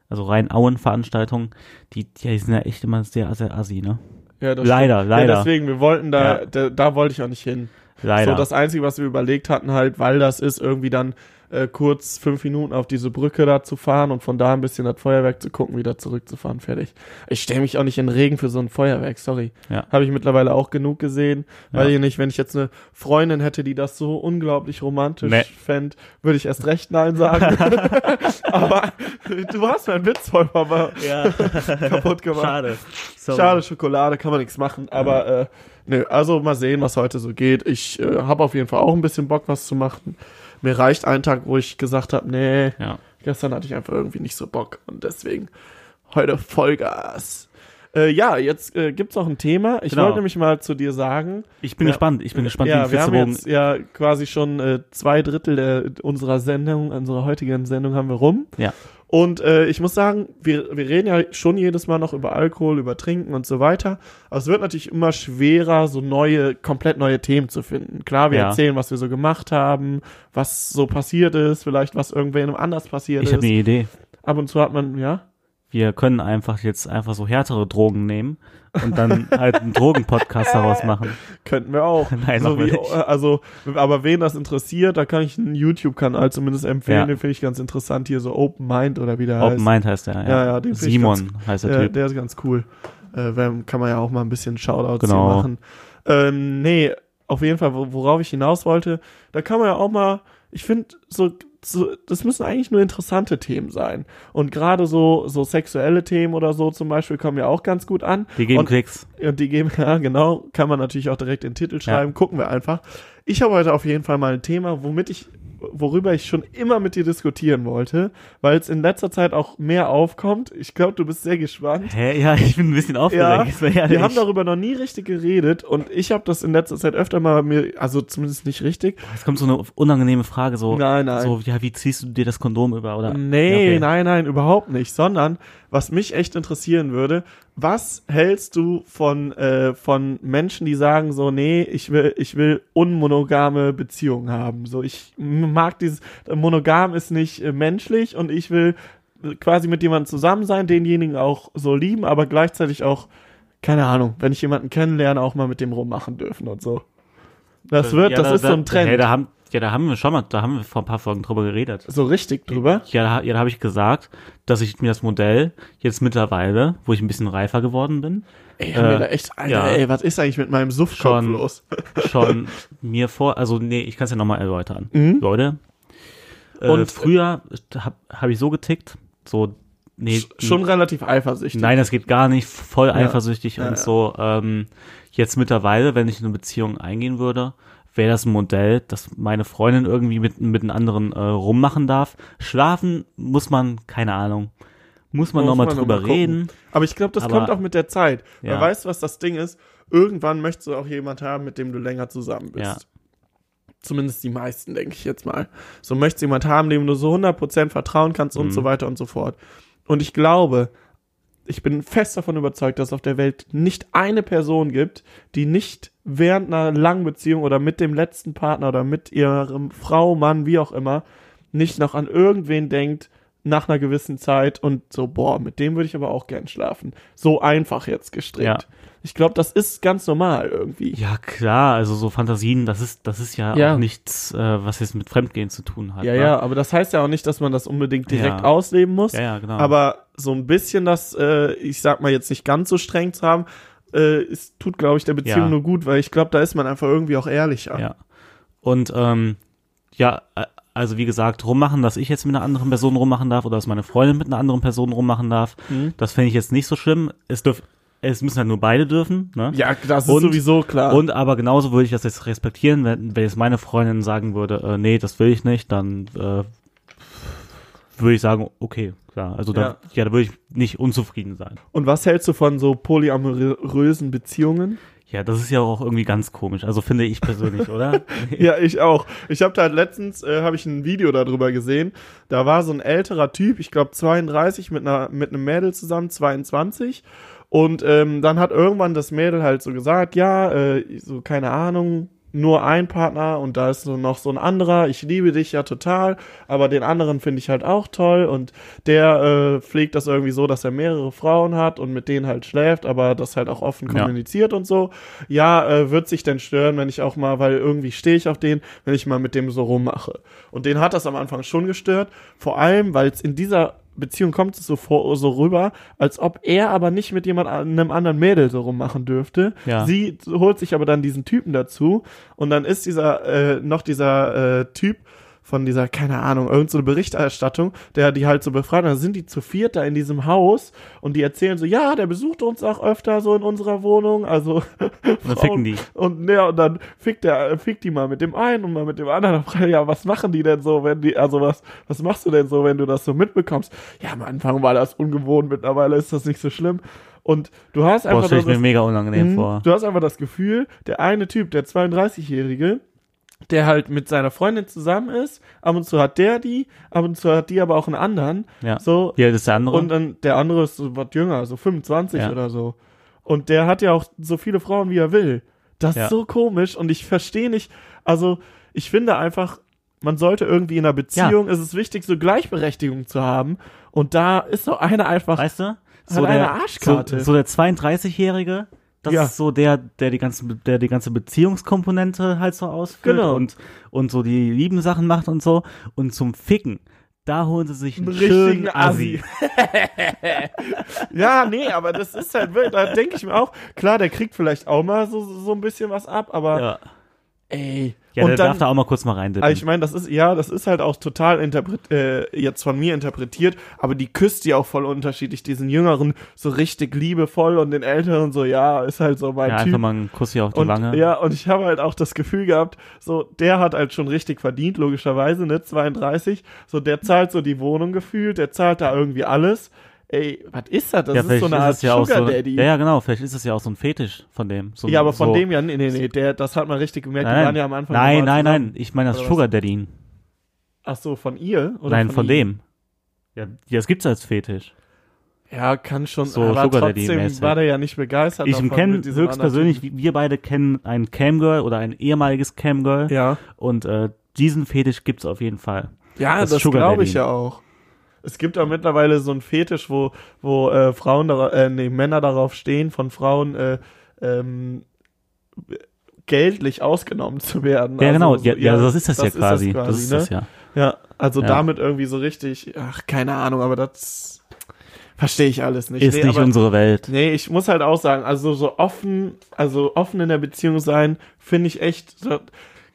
Speaker 2: also Rheinauen-Veranstaltungen, die, die sind ja echt immer sehr, sehr assi, ne?
Speaker 5: Ja, das
Speaker 2: leider,
Speaker 5: stimmt.
Speaker 2: leider.
Speaker 5: Ja, deswegen, wir wollten da,
Speaker 2: Ja.
Speaker 5: da, da wollte ich auch nicht hin.
Speaker 2: Leider.
Speaker 5: So, das Einzige, was wir überlegt hatten, halt, weil das ist, irgendwie dann äh, kurz fünf Minuten auf diese Brücke da zu fahren und von da ein bisschen das Feuerwerk zu gucken, wieder zurückzufahren, fertig. Ich stelle mich auch nicht in Regen für so ein Feuerwerk, sorry.
Speaker 2: Ja.
Speaker 5: Habe ich mittlerweile auch genug gesehen.
Speaker 2: Ja.
Speaker 5: Weiß ich nicht, wenn ich jetzt eine Freundin hätte, die das so unglaublich romantisch
Speaker 2: Nee.
Speaker 5: fänd, würde ich erst recht Nein
Speaker 2: <laughs>
Speaker 5: sagen. <laughs> aber du hast meinen Witz voll
Speaker 2: <laughs>
Speaker 5: mal
Speaker 2: <laughs>
Speaker 5: <laughs>
Speaker 2: ja,
Speaker 5: kaputt gemacht.
Speaker 2: schade. Sorry.
Speaker 5: Schade, Schokolade, kann man nichts machen. Aber äh, nö, also mal sehen, was heute so geht. Ich äh, habe auf jeden Fall auch ein bisschen Bock, was zu machen. Mir reicht ein Tag, wo ich gesagt habe, nee,
Speaker 2: Ja.
Speaker 5: gestern hatte ich einfach irgendwie nicht so Bock. Und deswegen heute Vollgas. Äh, ja, jetzt äh, gibt's noch ein Thema. Ich
Speaker 2: Genau.
Speaker 5: wollte nämlich mal zu dir sagen.
Speaker 2: Ich bin
Speaker 5: Ja.
Speaker 2: gespannt, ich bin gespannt,
Speaker 5: ja,
Speaker 2: wie
Speaker 5: wir
Speaker 2: wir
Speaker 5: haben
Speaker 2: Bogen.
Speaker 5: jetzt ja quasi schon äh, zwei Drittel der, unserer Sendung, unserer heutigen Sendung haben wir rum.
Speaker 2: Ja.
Speaker 5: Und äh, ich muss sagen, wir, wir reden ja schon jedes Mal noch über Alkohol, über Trinken und so weiter. Aber es wird natürlich immer schwerer, so neue, komplett neue Themen zu finden. Klar, wir
Speaker 2: Ja.
Speaker 5: erzählen, was wir so gemacht haben, was so passiert ist, vielleicht was irgendwem anders passiert
Speaker 2: Ich habe
Speaker 5: ist.
Speaker 2: eine Idee.
Speaker 5: Ab und zu hat man, ja.
Speaker 2: Wir können einfach jetzt einfach so härtere Drogen nehmen
Speaker 5: <laughs>
Speaker 2: und dann halt einen Drogen-Podcast daraus machen.
Speaker 5: Könnten wir auch.
Speaker 2: <laughs> Nein,
Speaker 5: so
Speaker 2: machen wir
Speaker 5: wie,
Speaker 2: nicht.
Speaker 5: äh, also, aber wen das interessiert, da kann ich einen YouTube-Kanal zumindest empfehlen.
Speaker 2: Ja.
Speaker 5: Den finde ich ganz interessant hier, so Open Mind oder wie der heißt.
Speaker 2: Open Mind heißt der, ja.
Speaker 5: Ja, ja, den find ich
Speaker 2: Simon heißt der
Speaker 5: Der,
Speaker 2: Typ.
Speaker 5: der ist ganz cool. Äh, wer- kann man ja auch mal ein bisschen Shoutouts
Speaker 2: Genau.
Speaker 5: hier machen. Ähm, nee, auf jeden Fall, wo- worauf ich hinaus wollte, da kann man ja auch mal, ich finde, so, so, das müssen eigentlich nur interessante Themen sein. Und gerade so, so sexuelle Themen oder so zum Beispiel kommen ja auch ganz gut an.
Speaker 2: Die geben
Speaker 5: und,
Speaker 2: Klicks.
Speaker 5: und die geben, <laughs> ja, genau, kann man natürlich auch direkt in den Titel schreiben, gucken wir einfach. Ich habe heute auf jeden Fall mal ein Thema, womit ich, worüber ich schon immer mit dir diskutieren wollte, weil es in letzter Zeit auch mehr aufkommt. Ich glaube, du bist sehr gespannt.
Speaker 2: Hä? <laughs> Ja, ich bin ein bisschen
Speaker 5: Ja,
Speaker 2: aufgeregt. ist mir ehrlich.
Speaker 5: wir haben darüber noch nie richtig geredet und ich habe das in letzter Zeit öfter mal mir, also zumindest nicht richtig.
Speaker 2: Es kommt so eine unangenehme Frage, so,
Speaker 5: Nein, nein.
Speaker 2: so ja, wie ziehst du dir das Kondom über? Oder?
Speaker 5: Nee,
Speaker 2: Okay.
Speaker 5: nein, nein, überhaupt nicht, sondern was mich echt interessieren würde, was hältst du von, äh, von Menschen, die sagen so, nee, ich will, ich will unmonogame Beziehungen haben. So, ich m- mag dieses, monogam ist nicht äh, menschlich und ich will äh, quasi mit jemandem zusammen sein, denjenigen auch so lieben, aber gleichzeitig auch, keine Ahnung, wenn ich jemanden kennenlerne, auch mal mit dem rummachen dürfen und so. Das wird,
Speaker 2: Äh, Ja,
Speaker 5: das
Speaker 2: da-
Speaker 5: ist
Speaker 2: da-
Speaker 5: so ein Trend.
Speaker 2: Ja, da haben, ja, da haben wir schon mal, da haben wir vor ein paar Folgen drüber geredet.
Speaker 5: so richtig drüber.
Speaker 2: Ja, da, ja, da habe ich gesagt, dass ich mir das Modell jetzt mittlerweile, wo ich ein bisschen reifer geworden bin,
Speaker 5: Ey, haben wir
Speaker 2: Äh,
Speaker 5: da echt, Alter,
Speaker 2: ja.
Speaker 5: ey, was ist eigentlich mit meinem Suffkopf
Speaker 2: Schon.
Speaker 5: los? <laughs>
Speaker 2: schon mir vor, also nee, ich kann es ja nochmal erläutern.
Speaker 5: Mhm.
Speaker 2: Leute, äh,
Speaker 5: Und-
Speaker 2: und früher habe hab ich so getickt, so, nee,
Speaker 5: Sch- <laughs> Schon relativ eifersüchtig.
Speaker 2: Nein, das geht gar nicht. Voll eifersüchtig
Speaker 5: Ja,
Speaker 2: und
Speaker 5: ja.
Speaker 2: so. Ähm, jetzt mittlerweile, wenn ich in eine Beziehung eingehen würde, wäre das ein Modell, dass meine Freundin irgendwie mit, mit einem anderen äh, rummachen darf. Schlafen muss man, keine Ahnung, Muss man
Speaker 5: Muss
Speaker 2: nochmal
Speaker 5: man noch
Speaker 2: drüber
Speaker 5: mal gucken.
Speaker 2: reden.
Speaker 5: Aber ich glaube, das
Speaker 2: Aber-
Speaker 5: kommt auch mit der Zeit.
Speaker 2: Ja.
Speaker 5: Weil weißt du, was das Ding ist? Irgendwann möchtest du auch jemand haben, mit dem du länger zusammen bist.
Speaker 2: Ja.
Speaker 5: Zumindest die meisten, denke ich jetzt mal. So möchtest du jemand haben, dem du so 100% vertrauen kannst und
Speaker 2: Mhm.
Speaker 5: so weiter und so fort. Und ich glaube, ich bin fest davon überzeugt, dass es auf der Welt nicht eine Person gibt, die nicht während einer langen Beziehung oder mit dem letzten Partner oder mit ihrem Frau, Mann, wie auch immer, nicht noch an irgendwen denkt nach einer gewissen Zeit und so, boah, mit dem würde ich aber auch gern schlafen. So einfach jetzt gestrickt.
Speaker 2: Ja.
Speaker 5: Ich glaube, das ist ganz normal irgendwie.
Speaker 2: Ja, klar, also so Fantasien, das ist, das ist ja,
Speaker 5: Ja.
Speaker 2: auch nichts, äh, was jetzt mit Fremdgehen zu tun hat.
Speaker 5: Ja,
Speaker 2: ne?
Speaker 5: ja, aber das heißt ja auch nicht, dass man das unbedingt direkt
Speaker 2: Ja.
Speaker 5: ausleben muss.
Speaker 2: Ja, ja, genau.
Speaker 5: Aber so ein bisschen das, äh, ich sag mal jetzt nicht ganz so streng zu haben, äh, es tut, glaube ich, der Beziehung
Speaker 2: Ja.
Speaker 5: nur gut, weil ich glaube, da ist man einfach irgendwie auch ehrlicher.
Speaker 2: Ja. Und ähm, ja, äh, also wie gesagt, rummachen, dass ich jetzt mit einer anderen Person rummachen darf oder dass meine Freundin mit einer anderen Person rummachen darf,
Speaker 5: Mhm.
Speaker 2: das fände ich jetzt nicht so schlimm. Es dürf, es müssen halt nur beide dürfen, ne?
Speaker 5: Ja, das
Speaker 2: Und-
Speaker 5: ist sowieso klar.
Speaker 2: Und aber genauso würde ich das jetzt respektieren, wenn, wenn jetzt meine Freundin sagen würde, äh, nee, das will ich nicht, dann äh, würde ich sagen, okay, klar. Also da, ja.
Speaker 5: Ja.
Speaker 2: da würde ich nicht unzufrieden sein.
Speaker 5: Und was hältst du von so polyamorösen Beziehungen?
Speaker 2: Ja, das ist ja auch irgendwie ganz komisch. Also finde ich persönlich,
Speaker 5: <laughs>
Speaker 2: oder?
Speaker 5: Ja, ich auch. Ich habe da letztens äh, habe ich ein Video darüber gesehen. Da war so ein älterer Typ, ich glaube 32 mit einer mit einem Mädel zusammen, 22. Und ähm, dann hat irgendwann das Mädel halt so gesagt, ja, äh, so keine Ahnung, nur ein Partner und da ist so noch so ein anderer. Ich liebe dich ja total, aber den anderen finde ich halt auch toll und der äh, pflegt das irgendwie so, dass er mehrere Frauen hat und mit denen halt schläft, aber das halt auch offen
Speaker 2: Ja.
Speaker 5: kommuniziert und so. Ja, äh, wird sich denn stören, wenn ich auch mal, weil irgendwie stehe ich auf den, wenn ich mal mit dem so rummache. Und den hat das am Anfang schon gestört, vor allem, weil es in dieser Beziehung kommt es so, vor, so rüber, als ob er aber nicht mit jemand an- einem anderen Mädel so rummachen dürfte.
Speaker 2: Ja.
Speaker 5: Sie sie holt sich aber dann diesen Typen dazu und dann ist dieser äh, noch dieser äh, Typ von dieser, keine Ahnung, irgendeine so eine Berichterstattung, der die halt so befragt, hat. dann sind die zu viert da in diesem Haus und die erzählen so, ja, der besucht uns auch öfter so in unserer Wohnung, also <laughs>
Speaker 2: dann ficken die.
Speaker 5: Und, ja, und dann fickt der, äh, fickt die mal mit dem einen und mal mit dem anderen. Dann fragt er, ja, was machen die denn so, wenn die, also was, was machst du denn so, wenn du das so mitbekommst? Ja, am Anfang war das ungewohnt, mittlerweile ist das nicht so schlimm. Und du hast einfach
Speaker 2: Boah, stelle ich
Speaker 5: nur
Speaker 2: mir
Speaker 5: das-
Speaker 2: mega unangenehm
Speaker 5: Mhm.
Speaker 2: vor.
Speaker 5: Du hast einfach das Gefühl, der eine Typ, der 32-Jährige, der halt mit seiner Freundin zusammen ist, ab und zu hat der die, ab und zu hat die aber auch einen anderen.
Speaker 2: Ja.
Speaker 5: So,
Speaker 2: Hier ist der andere.
Speaker 5: und äh, dann der andere ist so was jünger, so 25
Speaker 2: Ja.
Speaker 5: oder so. Und der hat ja auch so viele Frauen, wie er will. Das
Speaker 2: Ja.
Speaker 5: ist so komisch und ich verstehe nicht. Also, ich finde einfach, man sollte irgendwie in einer Beziehung, ist es wichtig, so Gleichberechtigung zu haben. Und da ist so einer einfach.
Speaker 2: weißt du?
Speaker 5: eine Arschkarte.
Speaker 2: So, so der 32-Jährige, das
Speaker 5: Ja.
Speaker 2: ist so der, der die ganze, der die ganze Beziehungskomponente halt so ausfüllt
Speaker 5: Genau.
Speaker 2: und, und so die lieben Sachen macht und so. Und zum Ficken, da holen sie sich einen
Speaker 5: Einen
Speaker 2: schönen
Speaker 5: richtigen
Speaker 2: Assi.
Speaker 5: Assi. <laughs> Ja, nee, aber das ist halt wirklich, da denke ich mir auch, klar, der kriegt vielleicht auch mal so, so ein bisschen was ab, aber
Speaker 2: Ja,
Speaker 5: ey.
Speaker 2: ja der
Speaker 5: und
Speaker 2: darf
Speaker 5: dann,
Speaker 2: da auch mal kurz mal rein.
Speaker 5: aber ich meine, das ist, ja, das ist halt auch total interpret, äh, jetzt von mir interpretiert, aber die küsst die auch voll unterschiedlich, diesen Jüngeren so richtig liebevoll und den Älteren so, ja, ist halt so mein
Speaker 2: ja,
Speaker 5: Typ.
Speaker 2: einfach mal einen Kuss hier auf die
Speaker 5: Und,
Speaker 2: Wange.
Speaker 5: ja, und ich habe halt auch das Gefühl gehabt, so, der hat halt schon richtig verdient, logischerweise, ne, 32. So, der zahlt so die Wohnung gefühlt, der zahlt da irgendwie alles. Ey, was ist das? Das
Speaker 2: ja,
Speaker 5: ist
Speaker 2: vielleicht
Speaker 5: so eine Art
Speaker 2: es ja auch
Speaker 5: Sugar
Speaker 2: so,
Speaker 5: Daddy.
Speaker 2: ja, ja, genau, vielleicht ist es ja auch so ein Fetisch von dem. So, ein-
Speaker 5: Ja, aber von
Speaker 2: so,
Speaker 5: dem ja, nee, nee, nee, der, das hat man richtig gemerkt, die
Speaker 2: nein,
Speaker 5: waren ja am Anfang.
Speaker 2: nein,
Speaker 5: normal
Speaker 2: nein,
Speaker 5: zusammen.
Speaker 2: nein, ich meine das
Speaker 5: Oder was?
Speaker 2: Sugar Daddy.
Speaker 5: Ach so, von ihr? Oder
Speaker 2: Nein, von,
Speaker 5: ihm?
Speaker 2: dem. Ja, ja, das gibt's als Fetisch.
Speaker 5: Ja, kann schon,
Speaker 2: So
Speaker 5: aber
Speaker 2: Sugar Daddy
Speaker 5: trotzdem
Speaker 2: mäßig.
Speaker 5: war der ja nicht begeistert.
Speaker 2: Ich
Speaker 5: davon
Speaker 2: kenne
Speaker 5: mit diesem
Speaker 2: höchstpersönlich,
Speaker 5: anderen
Speaker 2: wie- wir beide kennen ein Camgirl oder ein ehemaliges Camgirl.
Speaker 5: Typen. Ja,
Speaker 2: Und äh, diesen Fetisch gibt's auf jeden Fall.
Speaker 5: ja
Speaker 2: Das
Speaker 5: das,
Speaker 2: Sugar
Speaker 5: glaube ich
Speaker 2: Daddy.
Speaker 5: ja auch. Es gibt auch mittlerweile so einen Fetisch, wo, wo äh, Frauen, dara- äh, nee, Männer darauf stehen, von Frauen äh, ähm, geldlich ausgenommen zu werden.
Speaker 2: ja,
Speaker 5: Also
Speaker 2: genau.
Speaker 5: so-
Speaker 2: ja, ja, das ist das, ja quasi. Das ist das,
Speaker 5: ne?
Speaker 2: ja.
Speaker 5: Ja, also
Speaker 2: Ja.
Speaker 5: damit irgendwie so richtig, ach, keine Ahnung, aber das verstehe ich alles nicht.
Speaker 2: Ist
Speaker 5: nee,
Speaker 2: nicht
Speaker 5: aber,
Speaker 2: unsere Welt.
Speaker 5: Nee, ich muss halt auch sagen, also so offen, also offen in der Beziehung sein, finde ich echt, da-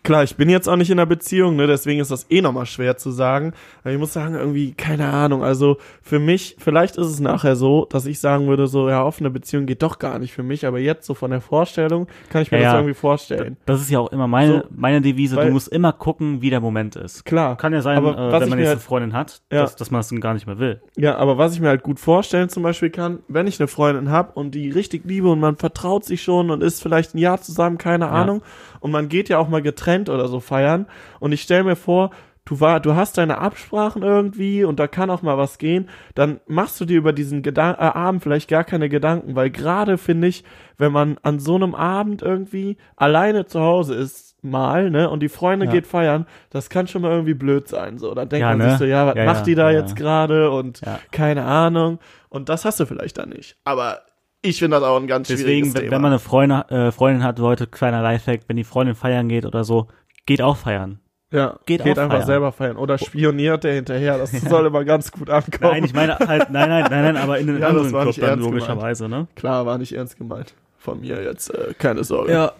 Speaker 5: Klar, ich bin jetzt auch nicht in einer Beziehung, ne, deswegen ist das eh nochmal schwer zu sagen. Aber ich muss sagen, irgendwie, keine Ahnung. Also für mich, vielleicht ist es nachher so, dass ich sagen würde, so, ja, offene Beziehung geht doch gar nicht für mich, aber jetzt so von der Vorstellung kann ich mir
Speaker 2: Ja,
Speaker 5: das
Speaker 2: ja.
Speaker 5: irgendwie vorstellen.
Speaker 2: Das ist ja auch immer meine,
Speaker 5: So,
Speaker 2: meine Devise, du
Speaker 5: weil-
Speaker 2: musst immer gucken, wie der Moment ist.
Speaker 5: Klar.
Speaker 2: Kann ja sein,
Speaker 5: aber
Speaker 2: äh,
Speaker 5: was
Speaker 2: wenn
Speaker 5: ich
Speaker 2: man
Speaker 5: mir
Speaker 2: jetzt
Speaker 5: halt-
Speaker 2: eine Freundin hat,
Speaker 5: Ja.
Speaker 2: dass, dass man das dann gar nicht mehr will.
Speaker 5: Ja, aber was ich mir halt gut vorstellen zum Beispiel kann, wenn ich eine Freundin hab und die richtig liebe und man vertraut sich schon und ist vielleicht ein Jahr zusammen, keine Ahnung, und man geht ja auch mal getrennt oder so feiern und ich stell mir vor, du war, du hast deine Absprachen irgendwie und da kann auch mal was gehen, dann machst du dir über diesen Gedan äh, Abend vielleicht gar keine Gedanken, weil gerade finde ich, wenn man an so einem Abend irgendwie alleine zu Hause ist, mal, ne, und die Freunde
Speaker 2: Ja.
Speaker 5: geht feiern, das kann schon mal irgendwie blöd sein, so. Da denkt
Speaker 2: Ja,
Speaker 5: man
Speaker 2: ne?
Speaker 5: sich so, ja, was
Speaker 2: Ja,
Speaker 5: macht
Speaker 2: ja,
Speaker 5: die da
Speaker 2: ja,
Speaker 5: jetzt
Speaker 2: ja.
Speaker 5: gerade und
Speaker 2: Ja.
Speaker 5: keine Ahnung. Und das hast du vielleicht dann nicht. Aber ich finde das auch ein ganz schwieriges
Speaker 2: Deswegen, wenn
Speaker 5: Thema.
Speaker 2: wenn man eine Freundin, äh, Freundin hat, Leute, kleiner Lifehack, wenn die Freundin feiern geht oder so, geht auch feiern.
Speaker 5: ja,
Speaker 2: geht
Speaker 5: geht,
Speaker 2: auch
Speaker 5: einfach
Speaker 2: feiern.
Speaker 5: selber feiern. Oder spioniert der hinterher. Das soll immer ganz gut ankommen.
Speaker 2: Nein, ich meine halt, nein, nein, nein, nein, aber in den
Speaker 5: Oh. <laughs> Ja, das
Speaker 2: anderen
Speaker 5: war
Speaker 2: Club
Speaker 5: nicht
Speaker 2: dann
Speaker 5: ernst
Speaker 2: logischerweise, ne?
Speaker 5: Klar, war nicht ernst gemeint. Von mir jetzt, äh, keine Sorge.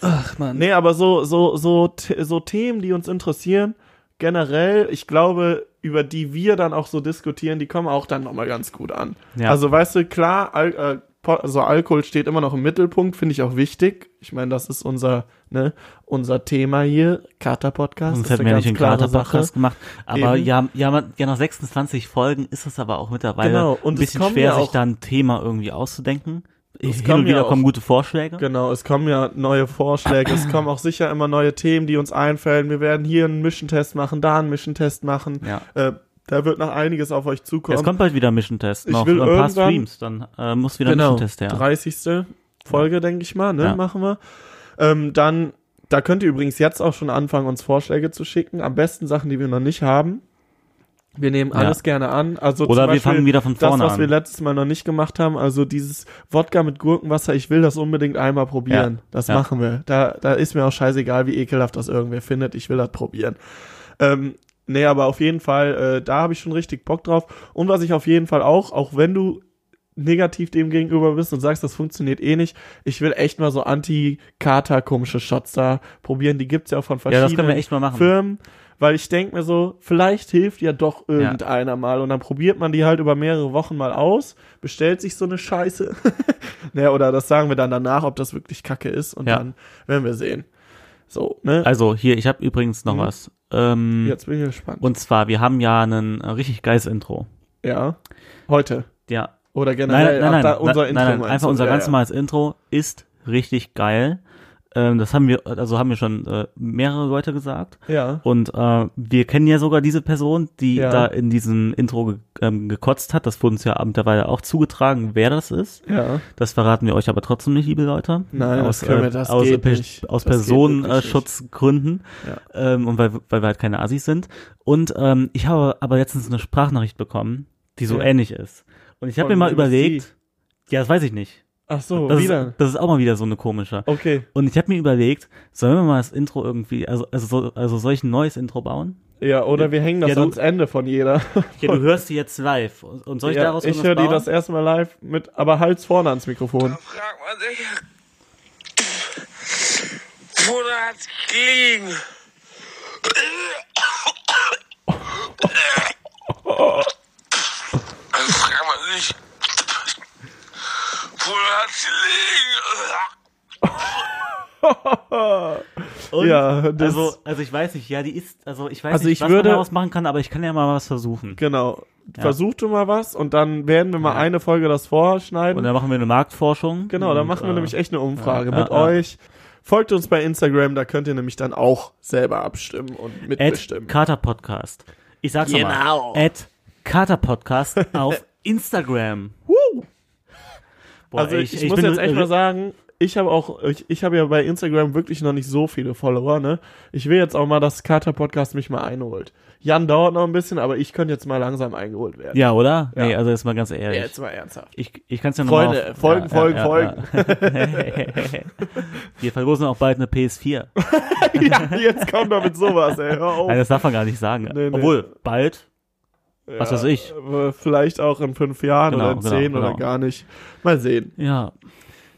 Speaker 2: Ach man.
Speaker 5: Nee, aber so, so, so, T- so Themen, die uns interessieren, generell, ich glaube, über die wir dann auch so diskutieren, die kommen auch dann nochmal ganz gut an.
Speaker 2: Ja.
Speaker 5: Also, weißt du, klar, Al äh, Po- also Alkohol steht immer noch im Mittelpunkt, finde ich auch wichtig. Ich meine, das ist unser, ne, unser Thema hier, Kater-Podcast.
Speaker 2: Sonst
Speaker 5: ist
Speaker 2: hätten
Speaker 5: eine
Speaker 2: wir
Speaker 5: ganz
Speaker 2: nicht einen
Speaker 5: klare
Speaker 2: Kater-Podcast
Speaker 5: Sache.
Speaker 2: gemacht. Aber
Speaker 5: Eben.
Speaker 2: ja, ja, man- ja, nach 26 Folgen ist es aber auch mittlerweile
Speaker 5: Genau, und
Speaker 2: ein
Speaker 5: es
Speaker 2: bisschen
Speaker 5: kommen
Speaker 2: schwer,
Speaker 5: ja
Speaker 2: sich
Speaker 5: auch-
Speaker 2: da ein Thema irgendwie auszudenken. Hin
Speaker 5: kommen
Speaker 2: und wieder
Speaker 5: ja auch-
Speaker 2: kommen gute Vorschläge.
Speaker 5: Genau, es kommen ja neue Vorschläge, es kommen auch sicher immer neue Themen, die uns einfallen. Wir werden hier einen Mischentest machen, da einen Mischentest machen.
Speaker 2: Ja.
Speaker 5: Äh, da wird noch einiges auf euch zukommen.
Speaker 2: Es kommt bald wieder Mission Test,
Speaker 5: Ich
Speaker 2: noch
Speaker 5: will
Speaker 2: über ein paar
Speaker 5: irgendwann-
Speaker 2: Streams, dann äh, muss wieder
Speaker 5: genau,
Speaker 2: Mission Test her.
Speaker 5: 30. Folge, denke ich mal, ne,
Speaker 2: Ja.
Speaker 5: machen wir. Ähm, dann, da könnt ihr übrigens jetzt auch schon anfangen, uns Vorschläge zu schicken. Am besten Sachen, die wir noch nicht haben. Wir nehmen
Speaker 2: Ja.
Speaker 5: alles gerne an. Also
Speaker 2: Oder
Speaker 5: zum
Speaker 2: wir
Speaker 5: Beispiel
Speaker 2: fangen wieder von
Speaker 5: das,
Speaker 2: vorne
Speaker 5: was wir
Speaker 2: an.
Speaker 5: letztes Mal noch nicht gemacht haben, also dieses Wodka mit Gurkenwasser, ich will das unbedingt einmal probieren.
Speaker 2: Ja.
Speaker 5: Das
Speaker 2: Ja.
Speaker 5: machen wir. Da, da ist mir auch scheißegal, wie ekelhaft das irgendwer findet. Ich will das probieren. Ähm, nee, aber auf jeden Fall, äh, da habe ich schon richtig Bock drauf. Und was ich auf jeden Fall auch, auch wenn du negativ dem gegenüber bist und sagst, das funktioniert eh nicht, ich will echt mal so anti-Kater-komische Shots da probieren. Die gibt's ja auch von
Speaker 2: Ja,
Speaker 5: verschiedenen
Speaker 2: das können wir echt mal machen.
Speaker 5: Firmen, weil ich denke mir so, vielleicht hilft ja doch irgendeiner mal und dann probiert man die halt über mehrere Wochen mal aus, bestellt sich so eine Scheiße. <laughs> naja, oder das sagen wir dann danach, ob das wirklich Kacke ist und
Speaker 2: Ja.
Speaker 5: dann werden wir sehen. So, ne?
Speaker 2: also hier, ich habe übrigens noch
Speaker 5: Mhm.
Speaker 2: was. Ähm,
Speaker 5: Jetzt bin ich gespannt.
Speaker 2: Und zwar, wir haben ja ein äh, richtig geiles Intro.
Speaker 5: ja. Heute.
Speaker 2: Ja.
Speaker 5: Oder
Speaker 2: Nein,
Speaker 5: generell
Speaker 2: nein,
Speaker 5: ach,
Speaker 2: nein,
Speaker 5: da
Speaker 2: nein,
Speaker 5: unser
Speaker 2: nein,
Speaker 5: Intro.
Speaker 2: nein,
Speaker 5: meinst
Speaker 2: einfach
Speaker 5: du?
Speaker 2: unser
Speaker 5: ja,
Speaker 2: ganz
Speaker 5: ja.
Speaker 2: normales Intro ist richtig geil. Ähm, das haben wir, also haben wir schon äh, mehrere Leute gesagt.
Speaker 5: Ja.
Speaker 2: Und äh, wir kennen ja sogar diese Person, die
Speaker 5: Ja.
Speaker 2: da in diesem Intro ge ähm, gekotzt hat. Das wurde uns ja mittlerweile auch zugetragen, wer das ist.
Speaker 5: Ja.
Speaker 2: Das verraten wir euch aber trotzdem nicht, liebe Leute.
Speaker 5: Nein,
Speaker 2: aus, äh,
Speaker 5: das können wir- das
Speaker 2: aus,
Speaker 5: geht
Speaker 2: Pe-
Speaker 5: nicht.
Speaker 2: aus
Speaker 5: Das geht wirklich
Speaker 2: Personenschutzgründen ähm, und weil, weil wir halt keine Assis sind. Und ähm, ich habe aber letztens eine Sprachnachricht bekommen, die so
Speaker 5: Ja.
Speaker 2: ähnlich ist. Und ich
Speaker 5: Von
Speaker 2: habe mir mal
Speaker 5: MSC.
Speaker 2: überlegt, ja, das weiß ich nicht.
Speaker 5: Ach so,
Speaker 2: Das ist,
Speaker 5: wieder.
Speaker 2: das ist auch mal wieder so eine komische.
Speaker 5: Okay.
Speaker 2: Und ich habe mir überlegt, sollen wir mal das Intro irgendwie, also, also, so- also soll ich ein neues Intro bauen?
Speaker 5: Ja, oder wir hängen das
Speaker 2: Ja, du-
Speaker 5: ans Ende von jeder.
Speaker 2: Ja, du hörst sie jetzt live. Und und soll ich
Speaker 5: ja,
Speaker 2: daraus
Speaker 5: ich
Speaker 2: irgendwas
Speaker 5: höre die
Speaker 2: bauen?
Speaker 5: das erstmal live mit, aber Hals vorne ans Mikrofon.
Speaker 6: Da fragt man sich, Bruder hat's gelegen. Dann fragt man sich, Bruder hat's gelegen.
Speaker 2: Und,
Speaker 5: Ja, das-
Speaker 2: also, also ich weiß nicht, ja, die ist, also ich weiß
Speaker 5: Also
Speaker 2: nicht,
Speaker 5: ich
Speaker 2: was
Speaker 5: würde-
Speaker 2: man daraus machen kann, aber ich kann ja mal was versuchen.
Speaker 5: Genau. Versuch du mal was und dann werden wir mal eine Folge das vorschneiden.
Speaker 2: Und dann machen wir eine Marktforschung.
Speaker 5: genau, dann
Speaker 2: Und,
Speaker 5: machen wir
Speaker 2: äh,
Speaker 5: nämlich echt eine Umfrage
Speaker 2: ja,
Speaker 5: mit
Speaker 2: ja.
Speaker 5: euch. Folgt uns bei Instagram, da könnt ihr nämlich dann auch selber abstimmen und
Speaker 2: At
Speaker 5: mitbestimmen.
Speaker 2: Kater Podcast. Ich sag's nochmal. At Kater Podcast
Speaker 5: <laughs>
Speaker 2: auf Instagram.
Speaker 5: Woo!
Speaker 2: Boah,
Speaker 5: also ich, ich, muss
Speaker 2: bin
Speaker 5: jetzt echt
Speaker 2: ri-
Speaker 5: mal sagen, ich habe auch, ich, ich habe ja bei Instagram wirklich noch nicht so viele Follower, ne? Ich will jetzt auch mal, dass Kater Podcast mich mal einholt. Jan dauert noch ein bisschen, aber ich könnte jetzt mal langsam eingeholt werden.
Speaker 2: Ja, oder?
Speaker 5: Ja.
Speaker 2: Nee, also jetzt mal ganz ehrlich.
Speaker 5: jetzt mal ernsthaft. <laughs>
Speaker 2: Ich, ich kann's ja
Speaker 5: Freunde,
Speaker 2: nochmal.
Speaker 5: folgen, folgen,
Speaker 2: folgen. <laughs> wir verlosen auch bald eine PS4.
Speaker 5: Oh. ja, jetzt kommt doch mit sowas, ey. Hör auf.
Speaker 2: Nein, das darf man gar nicht sagen.
Speaker 5: Nee, nee.
Speaker 2: Obwohl, bald. Was
Speaker 5: Ja,
Speaker 2: weiß ich.
Speaker 5: äh, Vielleicht auch in fünf Jahren
Speaker 2: Genau,
Speaker 5: oder in
Speaker 2: genau,
Speaker 5: zehn oder
Speaker 2: genau.
Speaker 5: gar nicht. Mal sehen.
Speaker 2: Ja.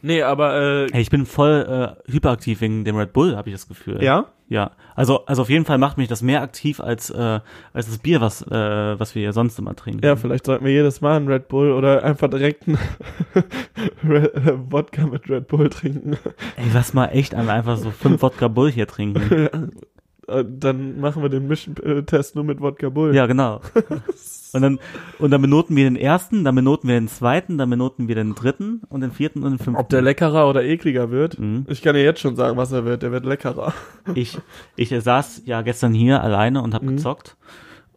Speaker 5: Nee, aber
Speaker 2: äh, Hey, ich bin voll äh, hyperaktiv wegen dem Red Bull, habe ich das Gefühl.
Speaker 5: ja,
Speaker 2: Ja, also, also auf jeden Fall macht mich das mehr aktiv als, äh, als das Bier, was, äh, was wir ja sonst immer trinken.
Speaker 5: Ja, vielleicht sollten wir jedes Mal einen Red Bull oder einfach direkt einen <laughs> Red, äh, Wodka mit Red Bull trinken.
Speaker 2: Ey, lass mal echt einmal einfach so fünf Wodka Bull
Speaker 5: <laughs>
Speaker 2: hier trinken.
Speaker 5: Äh, Dann machen wir den Mission-Test nur mit Wodka Bull.
Speaker 2: Ja, genau. Und dann, und dann benoten wir den ersten, dann benoten wir den zweiten, dann benoten wir den dritten und den vierten und den fünften.
Speaker 5: Ob der leckerer oder ekliger wird?
Speaker 2: Mhm.
Speaker 5: Ich kann dir jetzt schon sagen, was er wird. Der wird leckerer.
Speaker 2: ich, ich äh, saß ja gestern hier alleine und
Speaker 5: Mhm.
Speaker 2: habe gezockt.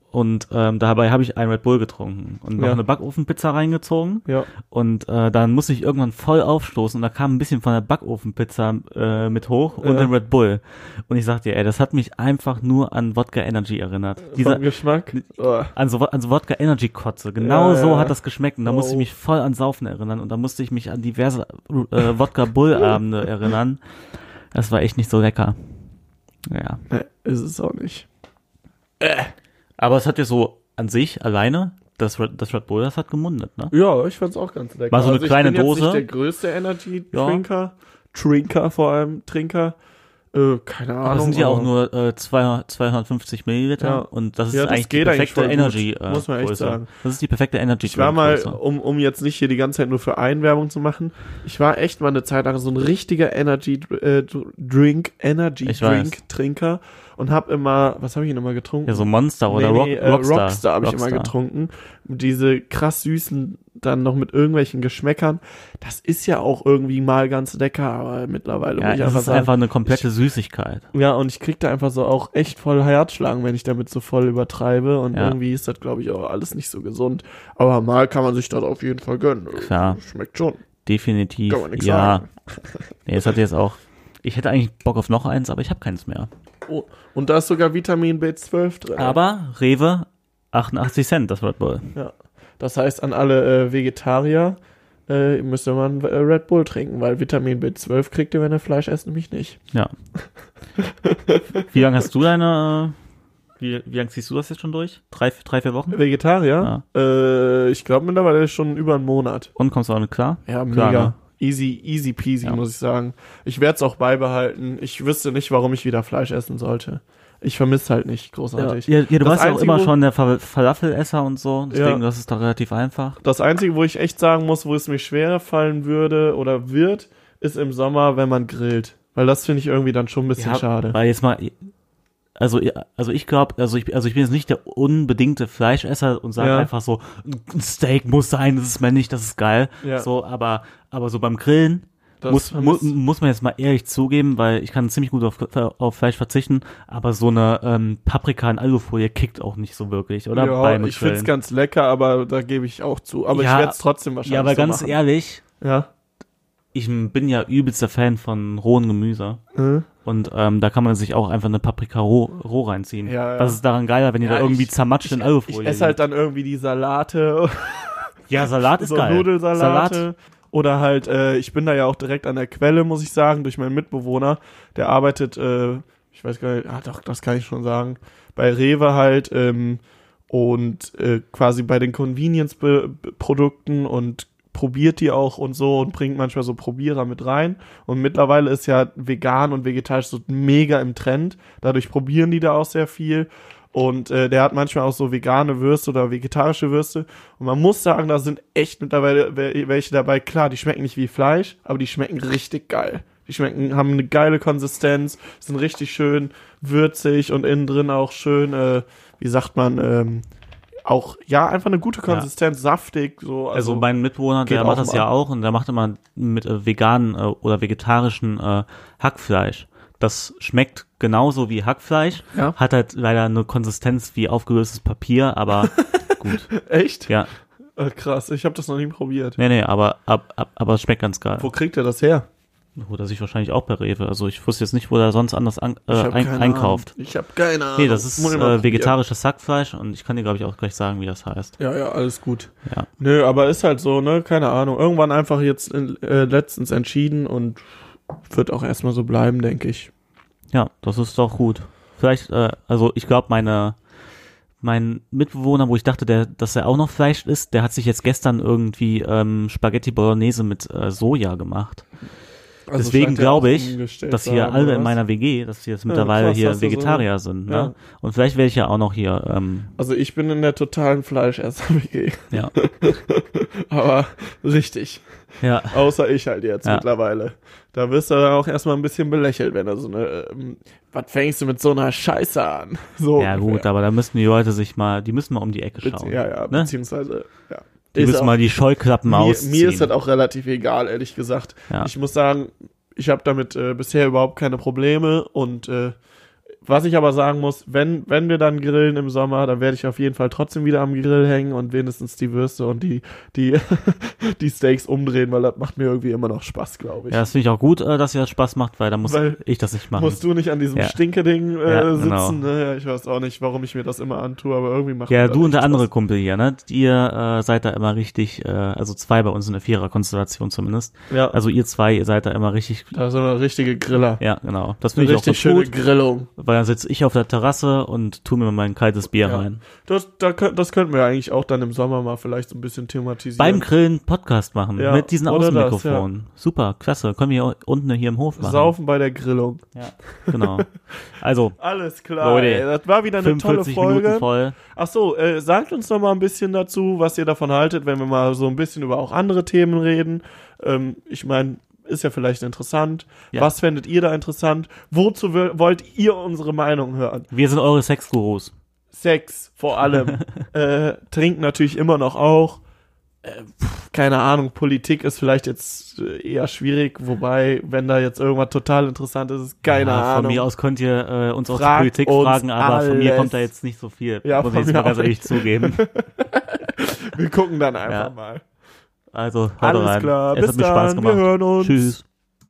Speaker 2: Und ähm, dabei habe ich einen Red Bull getrunken und noch
Speaker 5: Ja.
Speaker 2: eine Backofenpizza reingezogen.
Speaker 5: Ja.
Speaker 2: Und äh, dann musste ich irgendwann voll aufstoßen und da kam ein bisschen von der Backofenpizza äh, mit hoch und
Speaker 5: Ja.
Speaker 2: dem Red Bull. Und ich sagte dir, ey, das hat mich einfach nur an Wodka Energy erinnert. Dieser,
Speaker 5: Vom Geschmack. Oh.
Speaker 2: an so, an so Wodka Energy Kotze. Genau
Speaker 5: Ja,
Speaker 2: so
Speaker 5: ja.
Speaker 2: hat das geschmeckt. Und da musste ich
Speaker 5: Oh.
Speaker 2: mich voll an Saufen erinnern. Und da musste ich mich an diverse äh, Wodka Bull <laughs> Abende erinnern. Das war echt nicht so lecker. Ja.
Speaker 5: Nee, ist es auch nicht.
Speaker 2: Aber es hat ja so an sich alleine, das Red, das Red Bull, das hat gemundet, ne?
Speaker 5: Ja, ich fand's auch ganz lecker. Also
Speaker 2: War so eine
Speaker 5: ich
Speaker 2: kleine
Speaker 5: bin
Speaker 2: Dose.
Speaker 5: Jetzt nicht der größte Energy-Trinker. Trinker vor allem. Trinker. Äh, keine Ahnung.
Speaker 2: Aber das sind ja auch nur äh, 200, 250 Milliliter
Speaker 5: Ja.
Speaker 2: und das ist
Speaker 5: Ja, das
Speaker 2: eigentlich die
Speaker 5: geht eigentlich
Speaker 2: perfekte
Speaker 5: voll gut,
Speaker 2: Energy. Äh,
Speaker 5: muss man echt
Speaker 2: Größe.
Speaker 5: sagen.
Speaker 2: Das ist die perfekte Energy.
Speaker 5: Ich war mal,
Speaker 2: Größe.
Speaker 5: um, um jetzt nicht hier die ganze Zeit nur für Einwerbung zu machen, ich war echt mal eine Zeit lang so ein richtiger Energy äh, Drink, Energy
Speaker 2: Ich weiß.
Speaker 5: Drink Trinker und hab immer, was habe ich denn immer getrunken?
Speaker 2: ja, so Monster oder Rock,
Speaker 5: äh,
Speaker 2: Rockstar.
Speaker 5: Rockstar habe ich immer getrunken. Diese krass süßen, dann noch mit irgendwelchen Geschmäckern. Das ist ja auch irgendwie mal ganz lecker, aber mittlerweile
Speaker 2: Ja,
Speaker 5: muss ich
Speaker 2: das
Speaker 5: einfach
Speaker 2: ist
Speaker 5: sagen.
Speaker 2: einfach eine komplette Süßigkeit.
Speaker 5: ja, und ich krieg da einfach so auch echt voll Herzschlagen, wenn ich damit so voll übertreibe. Und
Speaker 2: Ja.
Speaker 5: irgendwie ist das, glaube ich, auch alles nicht so gesund. Aber mal kann man sich das auf jeden Fall gönnen.
Speaker 2: Klar.
Speaker 5: Schmeckt schon.
Speaker 2: Definitiv.
Speaker 5: Kann man nix
Speaker 2: ja.
Speaker 5: sagen.
Speaker 2: Nee, es hat jetzt auch. Ich hätte eigentlich Bock auf noch eins, aber ich habe keins mehr.
Speaker 5: Oh, und da ist sogar Vitamin B12 drin.
Speaker 2: Aber Rewe, 88 Cent, das Red Bull.
Speaker 5: Ja. Das heißt, an alle äh, Vegetarier äh, müsst ihr mal einen äh, Red Bull trinken, weil Vitamin B12 kriegt ihr, wenn ihr Fleisch esst, nämlich nicht.
Speaker 2: Ja. wie lange hast du deine. äh, Wie, wie lange ziehst du das jetzt schon durch? Drei, drei vier Wochen?
Speaker 5: Vegetarier? Äh, ich glaube mittlerweile schon über einen Monat.
Speaker 2: Und kommst du damit klar?
Speaker 5: Ja,
Speaker 2: Klar,
Speaker 5: mega.
Speaker 2: ne?
Speaker 5: Easy, easy peasy,
Speaker 2: Ja.
Speaker 5: muss ich sagen. Ich werde es auch beibehalten. Ich wüsste nicht, warum ich wieder Fleisch essen sollte. Ich vermisse halt nicht
Speaker 2: Ja,
Speaker 5: großartig.
Speaker 2: ja, ja, du
Speaker 5: Das
Speaker 2: warst ja auch
Speaker 5: Einzige,
Speaker 2: immer
Speaker 5: wo-
Speaker 2: schon der Fa- Falafelesser und so, deswegen
Speaker 5: Ja.
Speaker 2: das ist doch relativ einfach.
Speaker 5: Das Einzige, wo ich echt sagen muss, wo es mir schwerer fallen würde oder wird, ist im Sommer, wenn man grillt. Weil das finde ich irgendwie dann schon ein bisschen schade.
Speaker 2: Weil jetzt mal, also, ja, also ich glaube, also ich, also ich bin jetzt nicht der unbedingte Fleischesser und sage
Speaker 5: Ja.
Speaker 2: einfach so, ein Steak muss sein, das ist männlich, das ist geil.
Speaker 5: Ja.
Speaker 2: So, aber, aber so beim Grillen
Speaker 5: Das
Speaker 2: muss, mu
Speaker 5: vermisst-
Speaker 2: muss man jetzt mal ehrlich zugeben, weil ich kann ziemlich gut auf, auf Fleisch verzichten, aber so eine ähm, Paprika in Alufolie kickt auch nicht so wirklich, oder?
Speaker 5: Ja,
Speaker 2: Beim
Speaker 5: ich find's
Speaker 2: Grillen.
Speaker 5: ganz lecker, aber da gebe ich auch zu. Aber
Speaker 2: Ja,
Speaker 5: ich werde es trotzdem wahrscheinlich
Speaker 2: Ja, aber
Speaker 5: so
Speaker 2: ganz
Speaker 5: machen.
Speaker 2: ehrlich,
Speaker 5: Ja.
Speaker 2: ich bin ja übelster Fan von rohen Gemüse.
Speaker 5: Hm?
Speaker 2: Und ähm, da kann man sich auch einfach eine Paprika roh, roh reinziehen.
Speaker 5: Ja, ja.
Speaker 2: Was ist daran geiler, wenn ihr
Speaker 5: Ja,
Speaker 2: da irgendwie
Speaker 5: ich-
Speaker 2: zermatscht in
Speaker 5: Ich
Speaker 2: Alufolie
Speaker 5: esse halt dann irgendwie die Salate,
Speaker 2: liegt?
Speaker 5: <laughs>
Speaker 2: Ja, Salat ist
Speaker 5: so
Speaker 2: geil.
Speaker 5: Nudelsalate.
Speaker 2: Salat.
Speaker 5: Oder halt, äh, ich bin da ja auch direkt an der Quelle, muss ich sagen, durch meinen Mitbewohner. Der arbeitet, äh, ich weiß gar nicht, ah doch, das kann ich schon sagen, bei Rewe halt ähm, und äh, quasi bei den Convenience-Produkten und probiert die auch und so und bringt manchmal so Probierer mit rein. Und mittlerweile ist ja vegan und vegetarisch so mega im Trend. Dadurch probieren die da auch sehr viel. Und äh, der hat manchmal auch so vegane Würste oder vegetarische Würste. Und man muss sagen, da sind echt mittlerweile wel- welche dabei. Klar, die schmecken nicht wie Fleisch, aber die schmecken richtig geil. Die schmecken, haben eine geile Konsistenz, sind richtig schön würzig und innen drin auch schön, äh, wie sagt man, ähm, auch, ja, einfach eine gute Konsistenz, saftig, so.
Speaker 2: Also mein Mitbewohner, der
Speaker 5: geht
Speaker 2: macht
Speaker 5: auch
Speaker 2: das ja
Speaker 5: mal.
Speaker 2: auch und der macht immer mit äh, veganen äh, oder vegetarischen äh, Hackfleisch. Das schmeckt genauso wie Hackfleisch,
Speaker 5: Ja.
Speaker 2: hat halt leider eine Konsistenz wie aufgelöstes
Speaker 5: <laughs>
Speaker 2: Papier, aber gut.
Speaker 5: echt?
Speaker 2: Ja,
Speaker 5: Äh, krass, ich habe das noch nie probiert.
Speaker 2: nee, nee, aber, ab, ab, aber es schmeckt ganz geil.
Speaker 5: Wo kriegt er das her?
Speaker 2: Holt er sich wahrscheinlich auch bei Rewe. Also ich wusste jetzt nicht, wo er sonst anders an, äh,
Speaker 5: Ich hab
Speaker 2: ein,
Speaker 5: keine
Speaker 2: einkauft.
Speaker 5: Ahnung. Ich habe keine Ahnung.
Speaker 2: Nee, das ist
Speaker 5: Muss ich mal
Speaker 2: äh,
Speaker 5: probieren.
Speaker 2: vegetarisches Sackfleisch und ich kann dir, glaube ich, auch gleich sagen, wie das heißt.
Speaker 5: Ja, ja, alles gut.
Speaker 2: Ja.
Speaker 5: Nö, aber ist halt so, ne? Keine Ahnung. Irgendwann einfach jetzt in, äh, letztens entschieden und wird auch erstmal so bleiben, denke ich.
Speaker 2: Ja, das ist doch gut. Vielleicht, äh, also ich glaube, meine, mein Mitbewohner, wo ich dachte, der, dass er auch noch Fleisch isst, der hat sich jetzt gestern irgendwie ähm, Spaghetti Bolognese mit äh, Soja gemacht.
Speaker 5: Also
Speaker 2: Deswegen
Speaker 5: scheint er
Speaker 2: glaube
Speaker 5: auch
Speaker 2: ich,
Speaker 5: umgestellt
Speaker 2: dass
Speaker 5: zu
Speaker 2: hier
Speaker 5: haben,
Speaker 2: alle
Speaker 5: oder
Speaker 2: in
Speaker 5: was?
Speaker 2: meiner WG, dass die jetzt mittlerweile
Speaker 5: krass,
Speaker 2: hier
Speaker 5: hast du so-
Speaker 2: Vegetarier sind. Ne?
Speaker 5: Ja.
Speaker 2: Und vielleicht werde ich ja auch noch hier. Ähm,
Speaker 5: Also ich bin in der totalen Fleischesser-WG. <laughs>
Speaker 2: ja.
Speaker 5: Aber richtig.
Speaker 2: ja.
Speaker 5: Außer ich halt jetzt
Speaker 2: Ja.
Speaker 5: mittlerweile. Da wirst du dann auch erstmal ein bisschen belächelt, wenn du so eine. Ähm, was fängst du mit so einer Scheiße an? <laughs> So
Speaker 2: Ja, gut,
Speaker 5: ungefähr.
Speaker 2: aber da müssen die Leute sich mal, die müssen mal um die Ecke
Speaker 5: Oh, Bezieh-
Speaker 2: schauen.
Speaker 5: Ja, ja,
Speaker 2: ne?
Speaker 5: beziehungsweise. Ja.
Speaker 2: Die
Speaker 5: Ist
Speaker 2: müssen
Speaker 5: auch-
Speaker 2: mal die Scheuklappen
Speaker 5: mir,
Speaker 2: ausziehen.
Speaker 5: mir ist das auch relativ egal, ehrlich gesagt.
Speaker 2: Ja.
Speaker 5: Ich muss sagen, ich habe damit äh, bisher überhaupt keine Probleme und äh, was ich aber sagen muss, wenn, wenn wir dann grillen im Sommer, dann werde ich auf jeden Fall trotzdem wieder am Grill hängen und wenigstens die Würste und die, die, <laughs> die Steaks umdrehen, weil das macht mir irgendwie immer noch Spaß, glaube ich.
Speaker 2: ja, das finde ich auch gut, äh, dass ihr das Spaß macht, weil da muss
Speaker 5: Weil
Speaker 2: ich das nicht machen.
Speaker 5: Musst du nicht an diesem
Speaker 2: Ja.
Speaker 5: Stinkeding äh,
Speaker 2: Ja, genau.
Speaker 5: sitzen? Ne? Ich weiß auch nicht, warum ich mir das immer antue, aber irgendwie macht mir
Speaker 2: ja,
Speaker 5: das
Speaker 2: du und
Speaker 5: echt
Speaker 2: der andere
Speaker 5: Spaß.
Speaker 2: Kumpel hier, ne? Ihr äh, seid da immer richtig, äh, also zwei bei uns in der Vierer-Konstellation zumindest.
Speaker 5: Ja, also,
Speaker 2: Also ihr zwei, ihr seid da immer richtig.
Speaker 5: da ist so eine richtige Griller.
Speaker 2: Ja, genau. Das
Speaker 5: Eine
Speaker 2: finde ich auch
Speaker 5: richtig
Speaker 2: ganz
Speaker 5: schöne
Speaker 2: gut,
Speaker 5: Grillung.
Speaker 2: weil dann sitze ich auf der Terrasse und tu mir mein kaltes Bier
Speaker 5: Ja.
Speaker 2: rein.
Speaker 5: Das, da, kö- das könnten wir eigentlich auch dann im Sommer mal vielleicht so ein bisschen thematisieren.
Speaker 2: Beim Grillen Podcast machen
Speaker 5: Ja,
Speaker 2: mit diesen
Speaker 5: oder das,
Speaker 2: Außenmikrofonen. Super, klasse. Können wir hier unten hier im Hof machen.
Speaker 5: Saufen bei der Grillung.
Speaker 2: Ja, genau. Also,
Speaker 5: Alles klar.
Speaker 2: Leute,
Speaker 5: ey, das war wieder <laughs> eine tolle
Speaker 2: 45 Minuten
Speaker 5: Folge.
Speaker 2: voll.
Speaker 5: Ach so, äh, sagt uns noch mal ein bisschen dazu, was ihr davon haltet, wenn wir mal so ein bisschen über auch andere Themen reden. Ähm, ich meine, ist ja vielleicht interessant.
Speaker 2: Ja.
Speaker 5: Was fändet ihr da interessant? Wozu wo- wollt ihr unsere Meinung hören?
Speaker 2: Wir sind eure Sexgurus.
Speaker 5: Sex vor
Speaker 2: <laughs>
Speaker 5: allem. äh, trinken natürlich immer noch auch. Äh, pf, keine Ahnung, Politik ist vielleicht jetzt äh, eher schwierig, wobei, wenn da jetzt irgendwas total interessant ist, ist keine
Speaker 2: ja,
Speaker 5: Ahnung.
Speaker 2: Von mir aus könnt ihr äh, uns auch
Speaker 5: Fragt
Speaker 2: zur Politik
Speaker 5: uns
Speaker 2: fragen, aber von mir
Speaker 5: alles.
Speaker 2: kommt da jetzt nicht so viel.
Speaker 5: Ja,
Speaker 2: muss ich
Speaker 5: von
Speaker 2: jetzt
Speaker 5: mir
Speaker 2: mal ganz
Speaker 5: auch
Speaker 2: ehrlich zugeben.
Speaker 5: Wir gucken dann einfach
Speaker 2: Ja.
Speaker 5: mal.
Speaker 2: Also, haut
Speaker 5: Alles
Speaker 2: rein.
Speaker 5: klar,
Speaker 2: es
Speaker 5: bis <laughs>
Speaker 2: hat mir Spaß
Speaker 5: dann, wir
Speaker 2: gemacht.
Speaker 5: hören uns.
Speaker 2: Tschüss.